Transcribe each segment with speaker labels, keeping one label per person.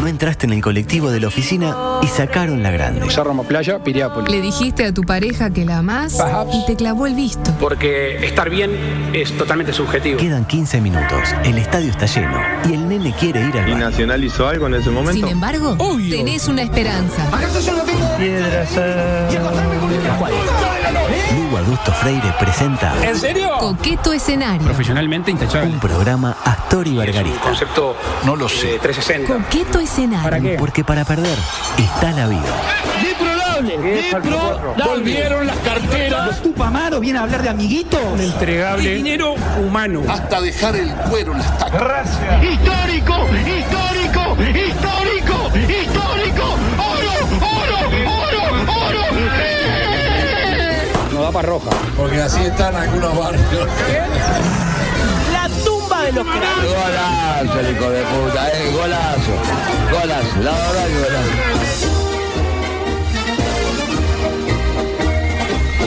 Speaker 1: No entraste en el colectivo de la oficina y sacaron la grande.
Speaker 2: Cerro Playa, Piriápolis.
Speaker 3: Le dijiste a tu pareja que la amás
Speaker 2: Perhaps.
Speaker 3: y te clavó el visto.
Speaker 4: Porque estar bien es totalmente subjetivo.
Speaker 1: Quedan 15 minutos, el estadio está lleno y el nene quiere ir al
Speaker 5: ¿Y
Speaker 1: baño.
Speaker 5: Nacional hizo algo en ese
Speaker 3: Sin
Speaker 5: momento?
Speaker 3: embargo, tenés una esperanza.
Speaker 1: Lugo Augusto Freire presenta
Speaker 3: Coqueto escenario.
Speaker 4: Profesionalmente intachable.
Speaker 1: un programa Astor y
Speaker 4: Un
Speaker 1: Bargarista.
Speaker 4: concepto no lo sé. 360.
Speaker 3: Coqueto escenario.
Speaker 1: Porque para perder está la vida.
Speaker 6: Volvieron las carteras.
Speaker 7: Tupamaro viene a hablar de amiguito.
Speaker 4: De dinero humano.
Speaker 6: Hasta dejar el cuero en las tacas.
Speaker 8: histórico, histórico, histórico, histórico, oro, oro, oro, oro.
Speaker 2: Nos da para roja.
Speaker 6: Porque así están algunos barrios.
Speaker 7: La tumba de los
Speaker 6: Golazo, hijo de puta, eh, golazo. Golazo, la verdad que golazo.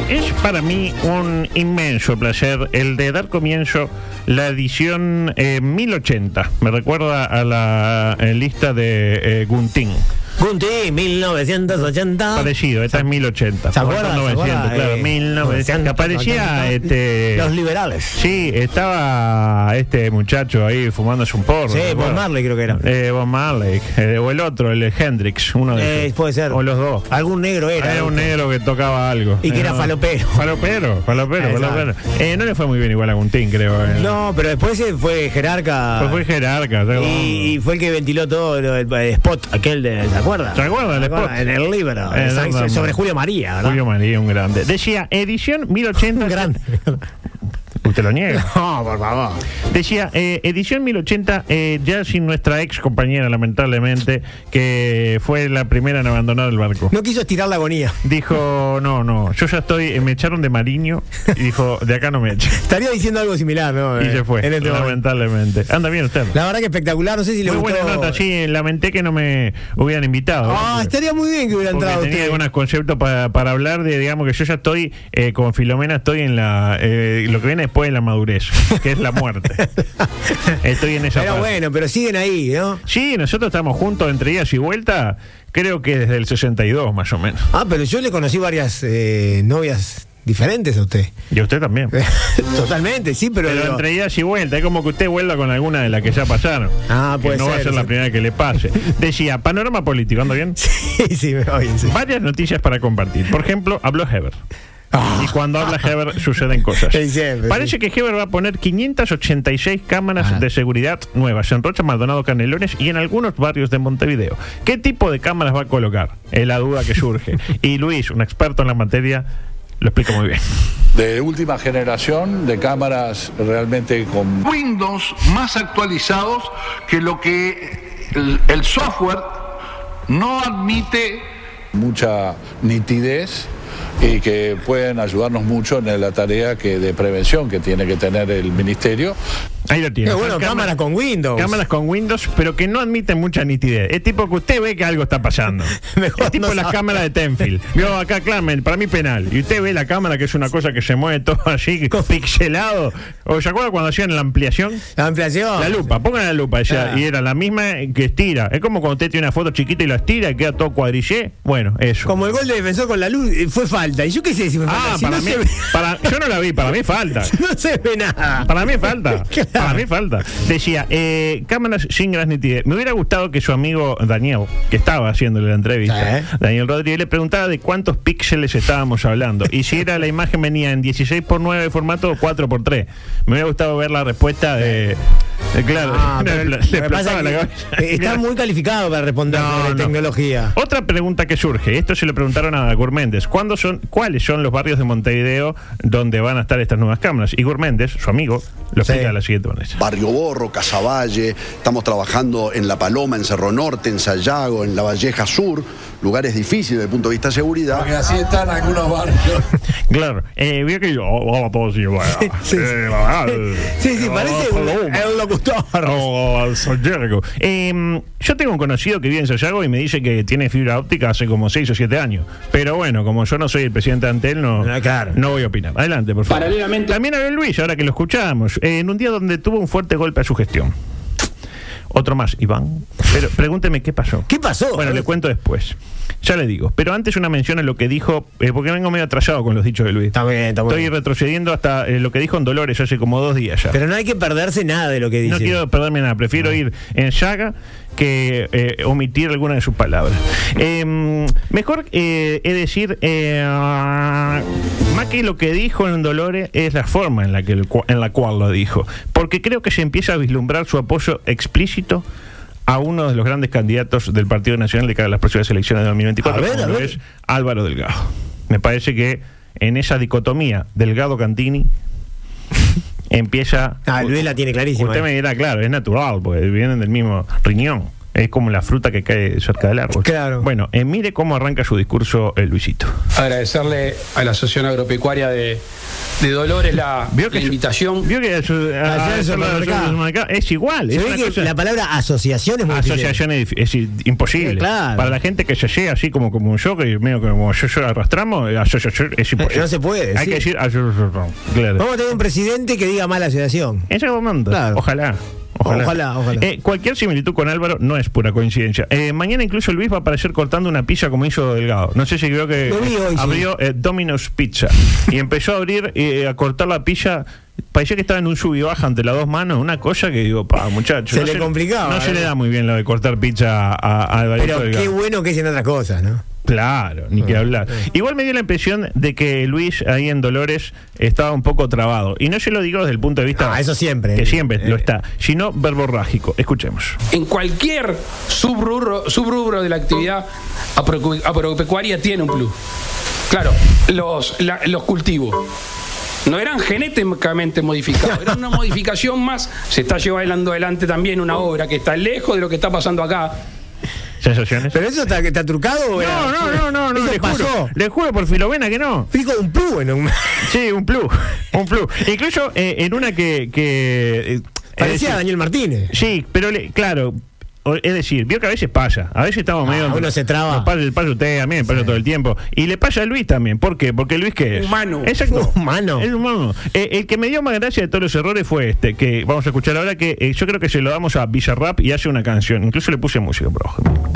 Speaker 9: Es para mí un inmenso placer el de dar comienzo la edición eh, 1080. Me recuerda a la eh, lista de eh, Guntín.
Speaker 10: Gunti, 1980.
Speaker 9: Parecido, esta es 1080.
Speaker 10: Ah. ¿Se acuerdan?
Speaker 9: Por
Speaker 10: ¿Se
Speaker 9: tanto, 900,
Speaker 10: acuerdan?
Speaker 9: claro,
Speaker 10: Eh,
Speaker 9: 1900. Que aparecía
Speaker 10: 1980.
Speaker 9: este.
Speaker 10: Los liberales.
Speaker 9: Sí, estaba este muchacho ahí fumándose un porro.
Speaker 10: Sí,
Speaker 9: ¿te
Speaker 10: Bob
Speaker 9: acuerdas?
Speaker 10: Marley creo que era.
Speaker 9: Eh, Bob Marley. eh, o el otro, el Hendrix, uno de
Speaker 10: Eh,
Speaker 9: ellos.
Speaker 10: puede ser.
Speaker 9: O los dos.
Speaker 10: Algún negro era.
Speaker 9: Era, un
Speaker 10: ¿viste?
Speaker 9: negro que tocaba algo.
Speaker 10: Y que era falopero.
Speaker 9: Falopero, falopero,
Speaker 10: Exacto.
Speaker 9: falopero. Eh, no le fue muy bien igual a Guntín, creo. eh.
Speaker 10: No, pero después eh, fue jerarca.
Speaker 9: Pues fue jerarca. ¿te acuerdas?
Speaker 10: y, y fue el que ventiló todo lo- el, el spot, aquel de. ¿Se acuerda?
Speaker 9: ¿Te acuerdas del
Speaker 10: ¿Se acuerda?
Speaker 9: spot?
Speaker 10: En el libro.
Speaker 9: Eh,
Speaker 10: exacto,
Speaker 9: no, no, no.
Speaker 10: sobre Julio María, ¿verdad?
Speaker 9: Julio María, un grande. Decía, edición 1080.
Speaker 10: Grande.
Speaker 9: Usted lo niega.
Speaker 10: No, por favor.
Speaker 9: Decía, eh, edición 1080, eh, ya sin nuestra ex compañera, lamentablemente, que fue la primera en abandonar el barco.
Speaker 10: No quiso estirar la agonía.
Speaker 9: Dijo, no, no, yo ya estoy, eh, me echaron de mariño y dijo, de acá no me echen.
Speaker 10: Estaría diciendo algo similar, ¿no?
Speaker 9: Y
Speaker 10: Eh,
Speaker 9: se fue,
Speaker 10: en este momento.
Speaker 9: lamentablemente. Anda bien usted.
Speaker 10: La verdad que espectacular. No sé si le
Speaker 9: Muy
Speaker 10: gustó.
Speaker 9: buena nota, sí, lamenté que no me hubieran invitado.
Speaker 10: Ah,
Speaker 9: Porque-
Speaker 10: estaría muy bien que hubiera
Speaker 9: porque
Speaker 10: entrado
Speaker 9: tenía
Speaker 10: usted.
Speaker 9: algunos conceptos para, para hablar de, digamos, que yo ya estoy eh, con Filomena, estoy en la. eh, lo que viene después de la madurez, que es la muerte. estoy en esa
Speaker 10: Pero
Speaker 9: fase.
Speaker 10: bueno, pero siguen ahí, ¿no?
Speaker 9: Sí, nosotros estamos juntos entre días y vueltas, creo que desde el 62 más o menos.
Speaker 10: Ah, pero yo le conocí varias eh, novias diferentes a usted.
Speaker 9: Y a usted también.
Speaker 10: Totalmente, sí, pero.
Speaker 9: Pero
Speaker 10: digo,
Speaker 9: entre idas y vueltas, es como que usted vuelva con alguna de las que ya pasaron.
Speaker 10: Ah,
Speaker 9: Que
Speaker 10: puede
Speaker 9: No va a
Speaker 10: ser,
Speaker 9: ser la
Speaker 10: sí.
Speaker 9: primera que le pase. Decía, panorama político, ¿anda bien?
Speaker 10: sí, sí, me voy, sí.
Speaker 9: Varias noticias para compartir. Por ejemplo, habló Heber.
Speaker 10: Ah.
Speaker 9: Y cuando habla Heber suceden cosas.
Speaker 10: Sí, siempre,
Speaker 9: Parece que Heber va a poner 586 cámaras de seguridad nuevas en Rocha, Maldonado, Canelones y en algunos barrios de Montevideo. ¿Qué tipo de cámaras va a colocar? Es la duda que surge. Y Luis, un experto en la materia, lo explica muy bien.
Speaker 6: De última generación, de cámaras realmente con Windows más actualizados que lo que el, el software no admite. Mucha nitidez y que pueden ayudarnos mucho en la tarea que, de prevención que tiene que tener el ministerio.
Speaker 9: Ahí lo tiene.
Speaker 10: Qué bueno,
Speaker 9: Son
Speaker 10: cámaras con Windows.
Speaker 9: Cámaras con Windows, pero que no admiten mucha nitidez. Es tipo que usted ve que algo está pasando.
Speaker 10: Mejor
Speaker 9: es tipo
Speaker 10: no
Speaker 9: las
Speaker 10: saber.
Speaker 9: cámaras de Tenfield. Vio acá, Clamen, para mí penal. Y usted ve la cámara que es una cosa que se mueve todo así, pixelado. ¿O se acuerda cuando hacían la ampliación?
Speaker 10: La ampliación.
Speaker 9: La lupa, pongan la lupa allá.
Speaker 10: Ah.
Speaker 9: Y era la misma que estira. Es como cuando usted tiene una foto chiquita y la estira y queda todo cuadrillé. Bueno, eso.
Speaker 10: Como el gol de defensor con la luz eh, fue falta. ¿Y yo qué sé si fue falta?
Speaker 9: Ah,
Speaker 10: Si
Speaker 9: para
Speaker 10: no
Speaker 9: mí.
Speaker 10: se ve-
Speaker 9: para- yo no la vi, para mí falta.
Speaker 10: no se ve nada.
Speaker 9: Para mí falta.
Speaker 10: Claro.
Speaker 9: Para mí falta. Decía, eh, cámaras sin gran nitidez. Me hubiera gustado que su amigo Daniel, que estaba haciéndole la entrevista,
Speaker 10: Sí.
Speaker 9: Daniel Rodríguez, le preguntara de cuántos píxeles estábamos hablando. Y si era la imagen venía en 16 por 9 de formato o 4 por 3 Me hubiera gustado ver la respuesta de. de- claro,
Speaker 10: Ah, pero
Speaker 9: le
Speaker 10: lo que
Speaker 9: explotaba
Speaker 10: pasa
Speaker 9: la
Speaker 10: es que,
Speaker 9: cabeza.
Speaker 10: eh, Está muy calificado para responder
Speaker 9: No,
Speaker 10: sobre
Speaker 9: no.
Speaker 10: tecnología.
Speaker 9: Otra pregunta que surge, esto se lo preguntaron a Gourméndez, ¿cuándo son, ¿cuáles son los barrios de Montevideo donde van a estar estas nuevas cámaras? Y Gourméndez, su amigo, lo
Speaker 10: Sí.
Speaker 9: explica de la siguiente poquito, Vanessa.
Speaker 2: Barrio Borro, Casaballe, estamos trabajando en La Paloma, en Cerro Norte, en Sayago, en La Valleja Sur, lugares difíciles desde el punto de vista de seguridad. Porque así están algunos barrios.
Speaker 9: Claro, eh, vio que yo. Hola a todos, señor. Bueno,
Speaker 10: Sí, sí.
Speaker 9: eh, la verdad,
Speaker 10: Sí, sí,
Speaker 9: eh,
Speaker 10: parece un,
Speaker 9: hola, hola.
Speaker 10: un locutor.
Speaker 9: Oh, Santiago. Eh, yo tengo un conocido que vive en Sayago y me dice que tiene fibra óptica hace como 6 o 7 años. Pero bueno, como yo no soy el presidente ante él, no,
Speaker 10: Ah, claro.
Speaker 9: no voy a opinar. Adelante, por favor.
Speaker 11: Paralelamente-
Speaker 9: También a Luis, ahora que lo escuchamos, eh, en un día donde tuvo un fuerte golpe a su gestión. Otro más, Iván. Pero pregúnteme qué pasó.
Speaker 10: ¿Qué pasó?
Speaker 9: Bueno, le cuento después. Ya le digo. Pero antes una mención a lo que dijo, eh, porque vengo medio atrasado con los dichos de Luis.
Speaker 10: Está bien, está muy
Speaker 9: Estoy
Speaker 10: bien.
Speaker 9: retrocediendo hasta eh, lo que dijo en Dolores hace como dos días ya.
Speaker 10: Pero no hay que perderse nada de lo que dice.
Speaker 9: No quiero perderme nada, prefiero ir en llaga que eh, omitir alguna de sus palabras. Eh, mejor eh, es decir, eh, más que lo que dijo en Dolores es la forma en la, que el cua- en la cual lo dijo, porque creo que se empieza a vislumbrar su apoyo explícito a uno de los grandes candidatos del Partido Nacional de cara a las próximas elecciones de 2024,
Speaker 10: A ver,
Speaker 9: como
Speaker 10: a
Speaker 9: lo
Speaker 10: ver.
Speaker 9: es Álvaro Delgado. Me parece que en esa dicotomía Delgado-Cantini empieza...
Speaker 10: Ah, Luis la tiene clarísima.
Speaker 9: Usted me dirá, claro, es natural, porque vienen del mismo riñón. Es como la fruta que cae cerca del árbol.
Speaker 10: Claro.
Speaker 9: Bueno, eh, mire cómo arranca su discurso el Luisito.
Speaker 4: Agradecerle a la Asociación Agropecuaria de, de Dolores la, la
Speaker 9: yo-
Speaker 4: invitación.
Speaker 9: Vio que ah, su- a-
Speaker 10: Allá
Speaker 9: a-
Speaker 10: en
Speaker 9: a-
Speaker 10: supermercado.
Speaker 9: a- supermercado es igual.
Speaker 10: Se
Speaker 9: es
Speaker 10: ve
Speaker 9: una
Speaker 10: que
Speaker 9: cosa-
Speaker 10: la palabra asociación es muy difícil.
Speaker 9: asociación es, dif- es i- imposible.
Speaker 10: Sí, claro.
Speaker 9: Para la gente que se llega así como, como yo, que medio que como yo, yo arrastramos, eh, asociación es imposible.
Speaker 10: No se puede,
Speaker 9: Hay
Speaker 10: sí.
Speaker 9: que decir asociación. Claro.
Speaker 10: Vamos a tener un presidente que diga mala asociación.
Speaker 9: En ese momento.
Speaker 10: Claro.
Speaker 9: Ojalá. Ojalá.
Speaker 10: Ojalá, ojalá.
Speaker 9: Eh, cualquier similitud con Álvaro no es pura coincidencia. Eh, mañana incluso Luis va a aparecer cortando una pizza como hizo Delgado. No sé si creo que
Speaker 10: Lo vi hoy, sí.
Speaker 9: abrió eh, Domino's Pizza y empezó a abrir eh, a cortar la pizza. Parecía que estaba en un sub y baja entre las dos manos, una cosa que digo, pa, muchacho.
Speaker 10: Se le complicaba,
Speaker 9: No se
Speaker 10: eh.
Speaker 9: le da muy bien lo de cortar pizza a, a Alvarito
Speaker 10: Pero
Speaker 9: Delgado.
Speaker 10: qué bueno que es en otras cosas, ¿no?
Speaker 9: Claro, ni
Speaker 10: Ah,
Speaker 9: que hablar. Igual me dio la impresión de que Luis ahí en Dolores estaba un poco trabado. Y no se lo digo desde el punto de vista.
Speaker 10: Ah, eso siempre.
Speaker 9: Que siempre
Speaker 10: Eh.
Speaker 9: lo está. Sino verborrágico. Escuchemos.
Speaker 4: En cualquier subrubro, subrubro de la actividad aprocu- agropecuaria tiene un plus. Claro, los, la- los cultivos. No eran genéticamente modificados, era una modificación más. Se está llevando adelante también una obra que está lejos de lo que está pasando acá.
Speaker 9: ¿Sensaciones?
Speaker 10: ¿Pero eso está, está trucado? o era-
Speaker 9: no, no, no, no, no.
Speaker 10: ¿Eso
Speaker 9: Le
Speaker 10: pasó?
Speaker 9: juro, le juro por Filovena que no.
Speaker 10: Fijo un plu en un...
Speaker 9: Sí, un plus. Un plus. Incluso eh, en una que. que eh, es decir-
Speaker 10: Parecía Daniel Martínez.
Speaker 9: Sí, pero le- claro. o- Es decir, vio que a veces pasa, a veces estamos
Speaker 10: Ah,
Speaker 9: medio.
Speaker 10: uno se traba.
Speaker 9: Nos pasa, le pasa a usted, a mí me pasa todo el tiempo. Y le pasa a Luis también. ¿Por qué? Porque Luis, ¿qué es?
Speaker 11: Humano.
Speaker 9: Exacto.
Speaker 10: Humano.
Speaker 9: Es humano. Eh, el que me dio más gracia de todos los errores fue este, que vamos a escuchar ahora, que eh, yo creo que se lo damos a Bizarrap y hace una canción. Incluso le puse música, por ejemplo.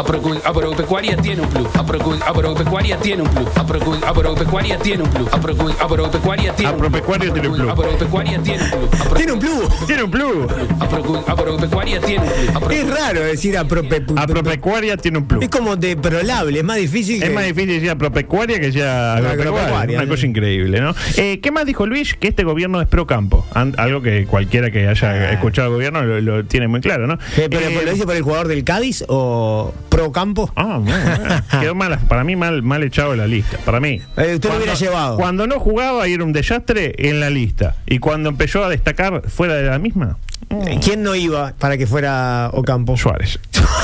Speaker 4: Aprocu- Agropecuaria tiene un plus. Aprocu- Agropecuaria tiene un plus. Aprocu- Agropecuaria tiene un plus. Aprocu- Agropecuaria tiene un plus.
Speaker 9: Agropecuaria tiene un plus.
Speaker 4: Agropecuaria tiene un plus.
Speaker 10: Tiene un plu.
Speaker 9: Tiene un plus.
Speaker 4: Aprocu- Agropecuaria tiene un plus. Apro-
Speaker 10: Es raro decir aprope...
Speaker 9: Agropecuaria tiene un plus.
Speaker 10: Es como de prolable, es más difícil
Speaker 9: Es
Speaker 10: que...
Speaker 9: más difícil decir agropecuaria que sea agropecuaria.
Speaker 10: Agropecuaria,
Speaker 9: Una
Speaker 10: sí.
Speaker 9: cosa increíble, ¿no? Eh, ¿Qué más dijo Luis? Que este gobierno es pro campo. An- algo que cualquiera que haya escuchado al gobierno lo, lo tiene muy claro, ¿no?
Speaker 10: Eh, Ah. pero
Speaker 9: Eh,
Speaker 10: ¿Lo dice por el jugador del Cádiz o pro campo?
Speaker 9: Ah, bueno, bueno. quedó mal, para mí mal, mal echado de la lista. Para mí.
Speaker 10: Eh, usted lo hubiera llevado.
Speaker 9: Cuando no jugaba y era un desastre en la lista. Y cuando empezó a destacar fuera de la misma, mm,
Speaker 10: Eh, ¿Quién no iba para que fuera Ocampo?
Speaker 9: Suárez.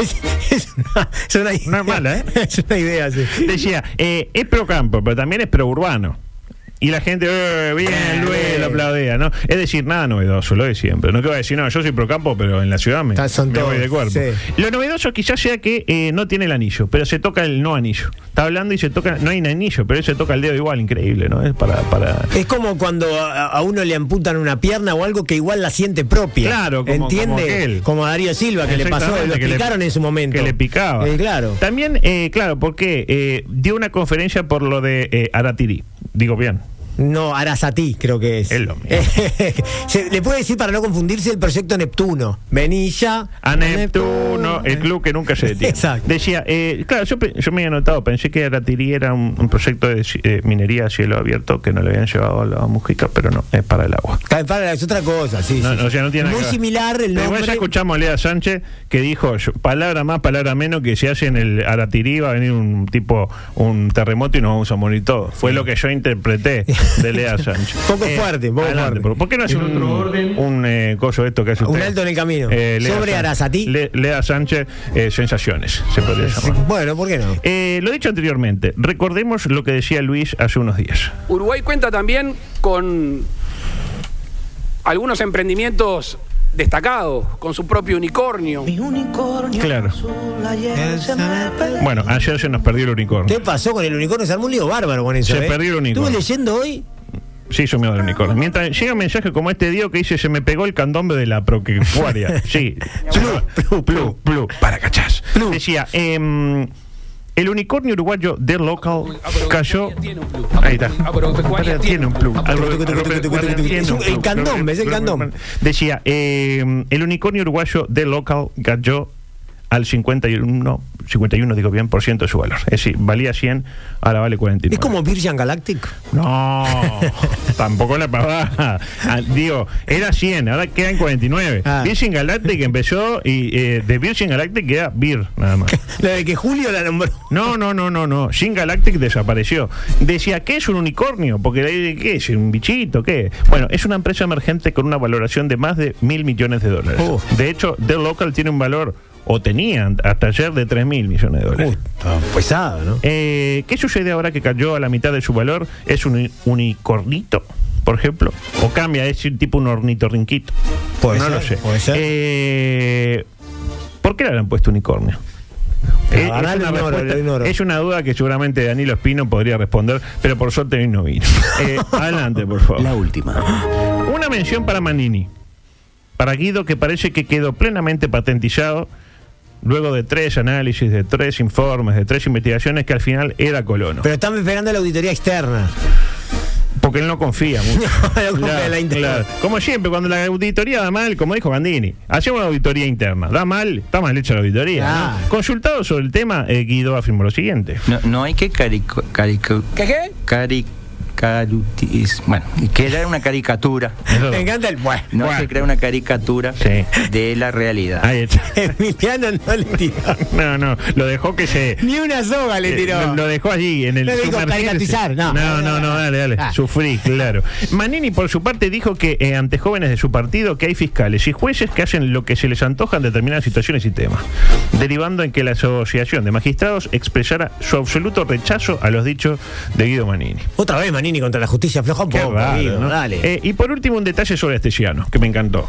Speaker 10: es, es una, es una idea.
Speaker 9: No es mala, ¿eh?
Speaker 10: Es una idea, sí.
Speaker 9: Decía, eh, es pro campo, pero también es pro urbano. Y la gente, eh, bien, Luis, lo aplaudea, ¿no? Es decir, nada novedoso, lo de siempre. No que va a decir, no, yo soy pro campo, pero en la ciudad me,
Speaker 10: Ta- son
Speaker 9: me voy
Speaker 10: todos,
Speaker 9: de cuerpo.
Speaker 10: sí.
Speaker 9: Lo novedoso quizás sea que eh, no tiene el anillo, pero se toca el no anillo. Está hablando y se toca, no hay un anillo, pero él se toca el dedo igual, increíble, ¿no? Es para, para,
Speaker 10: Es como cuando a, a uno le amputan una pierna o algo que igual la siente propia.
Speaker 9: Claro, como- como
Speaker 10: ¿Entiende?
Speaker 9: aquel.
Speaker 10: a Darío Silva que le pasó,
Speaker 9: Exactamente,
Speaker 10: lo
Speaker 9: que le-
Speaker 10: picaron en su momento.
Speaker 9: Que le picaba.
Speaker 10: Eh, claro.
Speaker 9: También, eh, claro, porque eh, dio una conferencia por lo de eh, Aratiri. Digo bien.
Speaker 10: No, Arasatí creo que es.
Speaker 9: Es lo mismo.
Speaker 10: Se- le puede decir para no confundirse el proyecto Neptuno. Venilla.
Speaker 9: A Neptuno, el club que nunca se detiene.
Speaker 10: Exacto.
Speaker 9: Decía, eh, claro, yo, pe- yo me había notado, pensé que Aratiri era un, un proyecto de ci- eh, minería a cielo abierto que no le habían llevado a la Mujica, pero no, es para el agua.
Speaker 10: Ca- Para, es otra cosa, sí.
Speaker 9: No,
Speaker 10: sí,
Speaker 9: no, o sea, no tiene nada
Speaker 10: Muy
Speaker 9: que ver.
Speaker 10: similar el
Speaker 9: Pero
Speaker 10: nombre.
Speaker 9: igual ya escuchamos a Lea Sánchez que dijo, yo- palabra más, palabra menos, que si hacen el Aratirí va a venir un tipo, un terremoto y nos vamos a morir todos. Fue lo que yo interpreté. de Lea Sánchez.
Speaker 10: Poco fuerte, poco
Speaker 9: adelante,
Speaker 10: fuerte.
Speaker 9: por- ¿Por qué no hace un, un eh, coso de esto que hace
Speaker 10: Un
Speaker 9: usted? Eh,
Speaker 10: alto en el camino.
Speaker 9: Lea
Speaker 10: Sobre
Speaker 9: Sánchez-
Speaker 10: Arasatí.
Speaker 9: Le- Lea Sánchez, eh, Sensaciones, se podría llamar.
Speaker 10: Bueno, ¿por qué no?
Speaker 9: Eh, lo dicho anteriormente, recordemos lo que decía Luis hace unos días.
Speaker 4: Uruguay cuenta también con algunos emprendimientos destacados, con su propio unicornio.
Speaker 9: Claro.
Speaker 10: ¿Qué
Speaker 9: Bueno, ayer se nos perdió el unicornio.
Speaker 10: pasó con el unicornio? Se armó un lío bárbaro con eso.
Speaker 9: Se
Speaker 10: eh.
Speaker 9: perdió el unicornio.
Speaker 10: Estuve leyendo hoy.
Speaker 9: Sí, hizo miedo el unicornio. Mientras llega un mensaje como este dio que dice: Se me pegó el candombe de la proquecuaria. Sí. Plu, plu, plu, plu. Para cachás. Decía: em, El unicornio uruguayo The
Speaker 10: Ah,
Speaker 9: Local cayó. Ahí está.
Speaker 4: Agropecuaria
Speaker 9: Tiene un plum.
Speaker 10: Agropecuaria tiene un plum. Es un candombe, es el candombe.
Speaker 9: Decía: em, El unicornio uruguayo The Local cayó al 51, 51 digo bien, por ciento de su valor. Es decir, valía 100, ahora vale 49.
Speaker 10: Es como Virgin Galactic.
Speaker 9: No, tampoco la pavada. Ah, Digo, era 100, ahora quedan 49.
Speaker 10: Ah.
Speaker 9: Virgin Galactic empezó y eh, de Virgin Galactic queda Vir, nada más.
Speaker 10: La de que Julio la nombró.
Speaker 9: No, no, no, no, no. Sin Galactic desapareció. Decía, ¿qué es un unicornio? Porque de ahí, ¿qué es? ¿Un bichito? ¿Qué? Bueno, es una empresa emergente con una valoración de más de mil millones de dólares.
Speaker 10: Oh.
Speaker 9: De hecho, The Local tiene un valor, o tenía hasta ayer, de tres mil millones de dólares.
Speaker 10: Uy, está
Speaker 9: pues
Speaker 10: pesado, ¿no?
Speaker 9: Eh, ¿Qué sucede ahora que cayó a la mitad de su valor? ¿Es un unicornito, por ejemplo? ¿O cambia? ¿Es un tipo un ornitorrinquito?
Speaker 10: Puede
Speaker 9: no
Speaker 10: ser,
Speaker 9: lo sé.
Speaker 10: puede ser.
Speaker 9: Eh, ¿Por qué le han puesto unicornio?
Speaker 10: La
Speaker 9: Eh,
Speaker 10: verdad lo ignoro,
Speaker 9: respuesta-
Speaker 10: lo ignoro.
Speaker 9: es una duda que seguramente Danilo Espino podría responder, pero por suerte hoy no vino. Eh, adelante, por favor.
Speaker 6: La última.
Speaker 9: Una mención para Manini. Para Guido, que parece que quedó plenamente patentizado luego de tres análisis, de tres informes, de tres investigaciones, que al final era colono.
Speaker 10: Pero están esperando la auditoría externa.
Speaker 9: Porque él no confía mucho.
Speaker 10: No, no confía en la interna.
Speaker 9: Como siempre, cuando la auditoría da mal, como dijo Gandini, hacemos una auditoría interna. Da mal, está mal hecha la auditoría.
Speaker 10: Ah.
Speaker 9: ¿no? Consultado sobre el tema, eh, Guido afirmó lo siguiente.
Speaker 12: No, no hay que carico, carico,
Speaker 4: ¿Qué qué?
Speaker 12: cari- carutis- bueno, crear una caricatura.
Speaker 9: Eso-
Speaker 10: Me encanta el. Bueno.
Speaker 12: No
Speaker 9: Bueno.
Speaker 12: se crea una caricatura
Speaker 9: Sí.
Speaker 12: de la realidad.
Speaker 9: Ahí está.
Speaker 10: Emiliano no le tiró.
Speaker 9: No, no, lo dejó que se...
Speaker 10: Ni una soga le
Speaker 9: Eh,
Speaker 10: tiró.
Speaker 9: Lo, lo dejó allí en el.
Speaker 10: No le dijo
Speaker 9: sumergirse.
Speaker 10: caricatizar, no.
Speaker 9: no, no, no, dale, dale.
Speaker 10: Ah.
Speaker 9: Sufrí, claro. Manini, por su parte, dijo que eh, ante jóvenes de su partido que hay fiscales y jueces que hacen lo que se les antoja en determinadas situaciones y temas, derivando en que la asociación de magistrados expresara su absoluto rechazo a los dichos de Guido Manini.
Speaker 10: Otra vez Manini contra la justicia floja un
Speaker 9: Qué
Speaker 10: poco,
Speaker 9: raro,
Speaker 10: amigo,
Speaker 9: ¿no?
Speaker 10: dale.
Speaker 9: Eh, y por último, un detalle sobre Astesiano, que me encantó.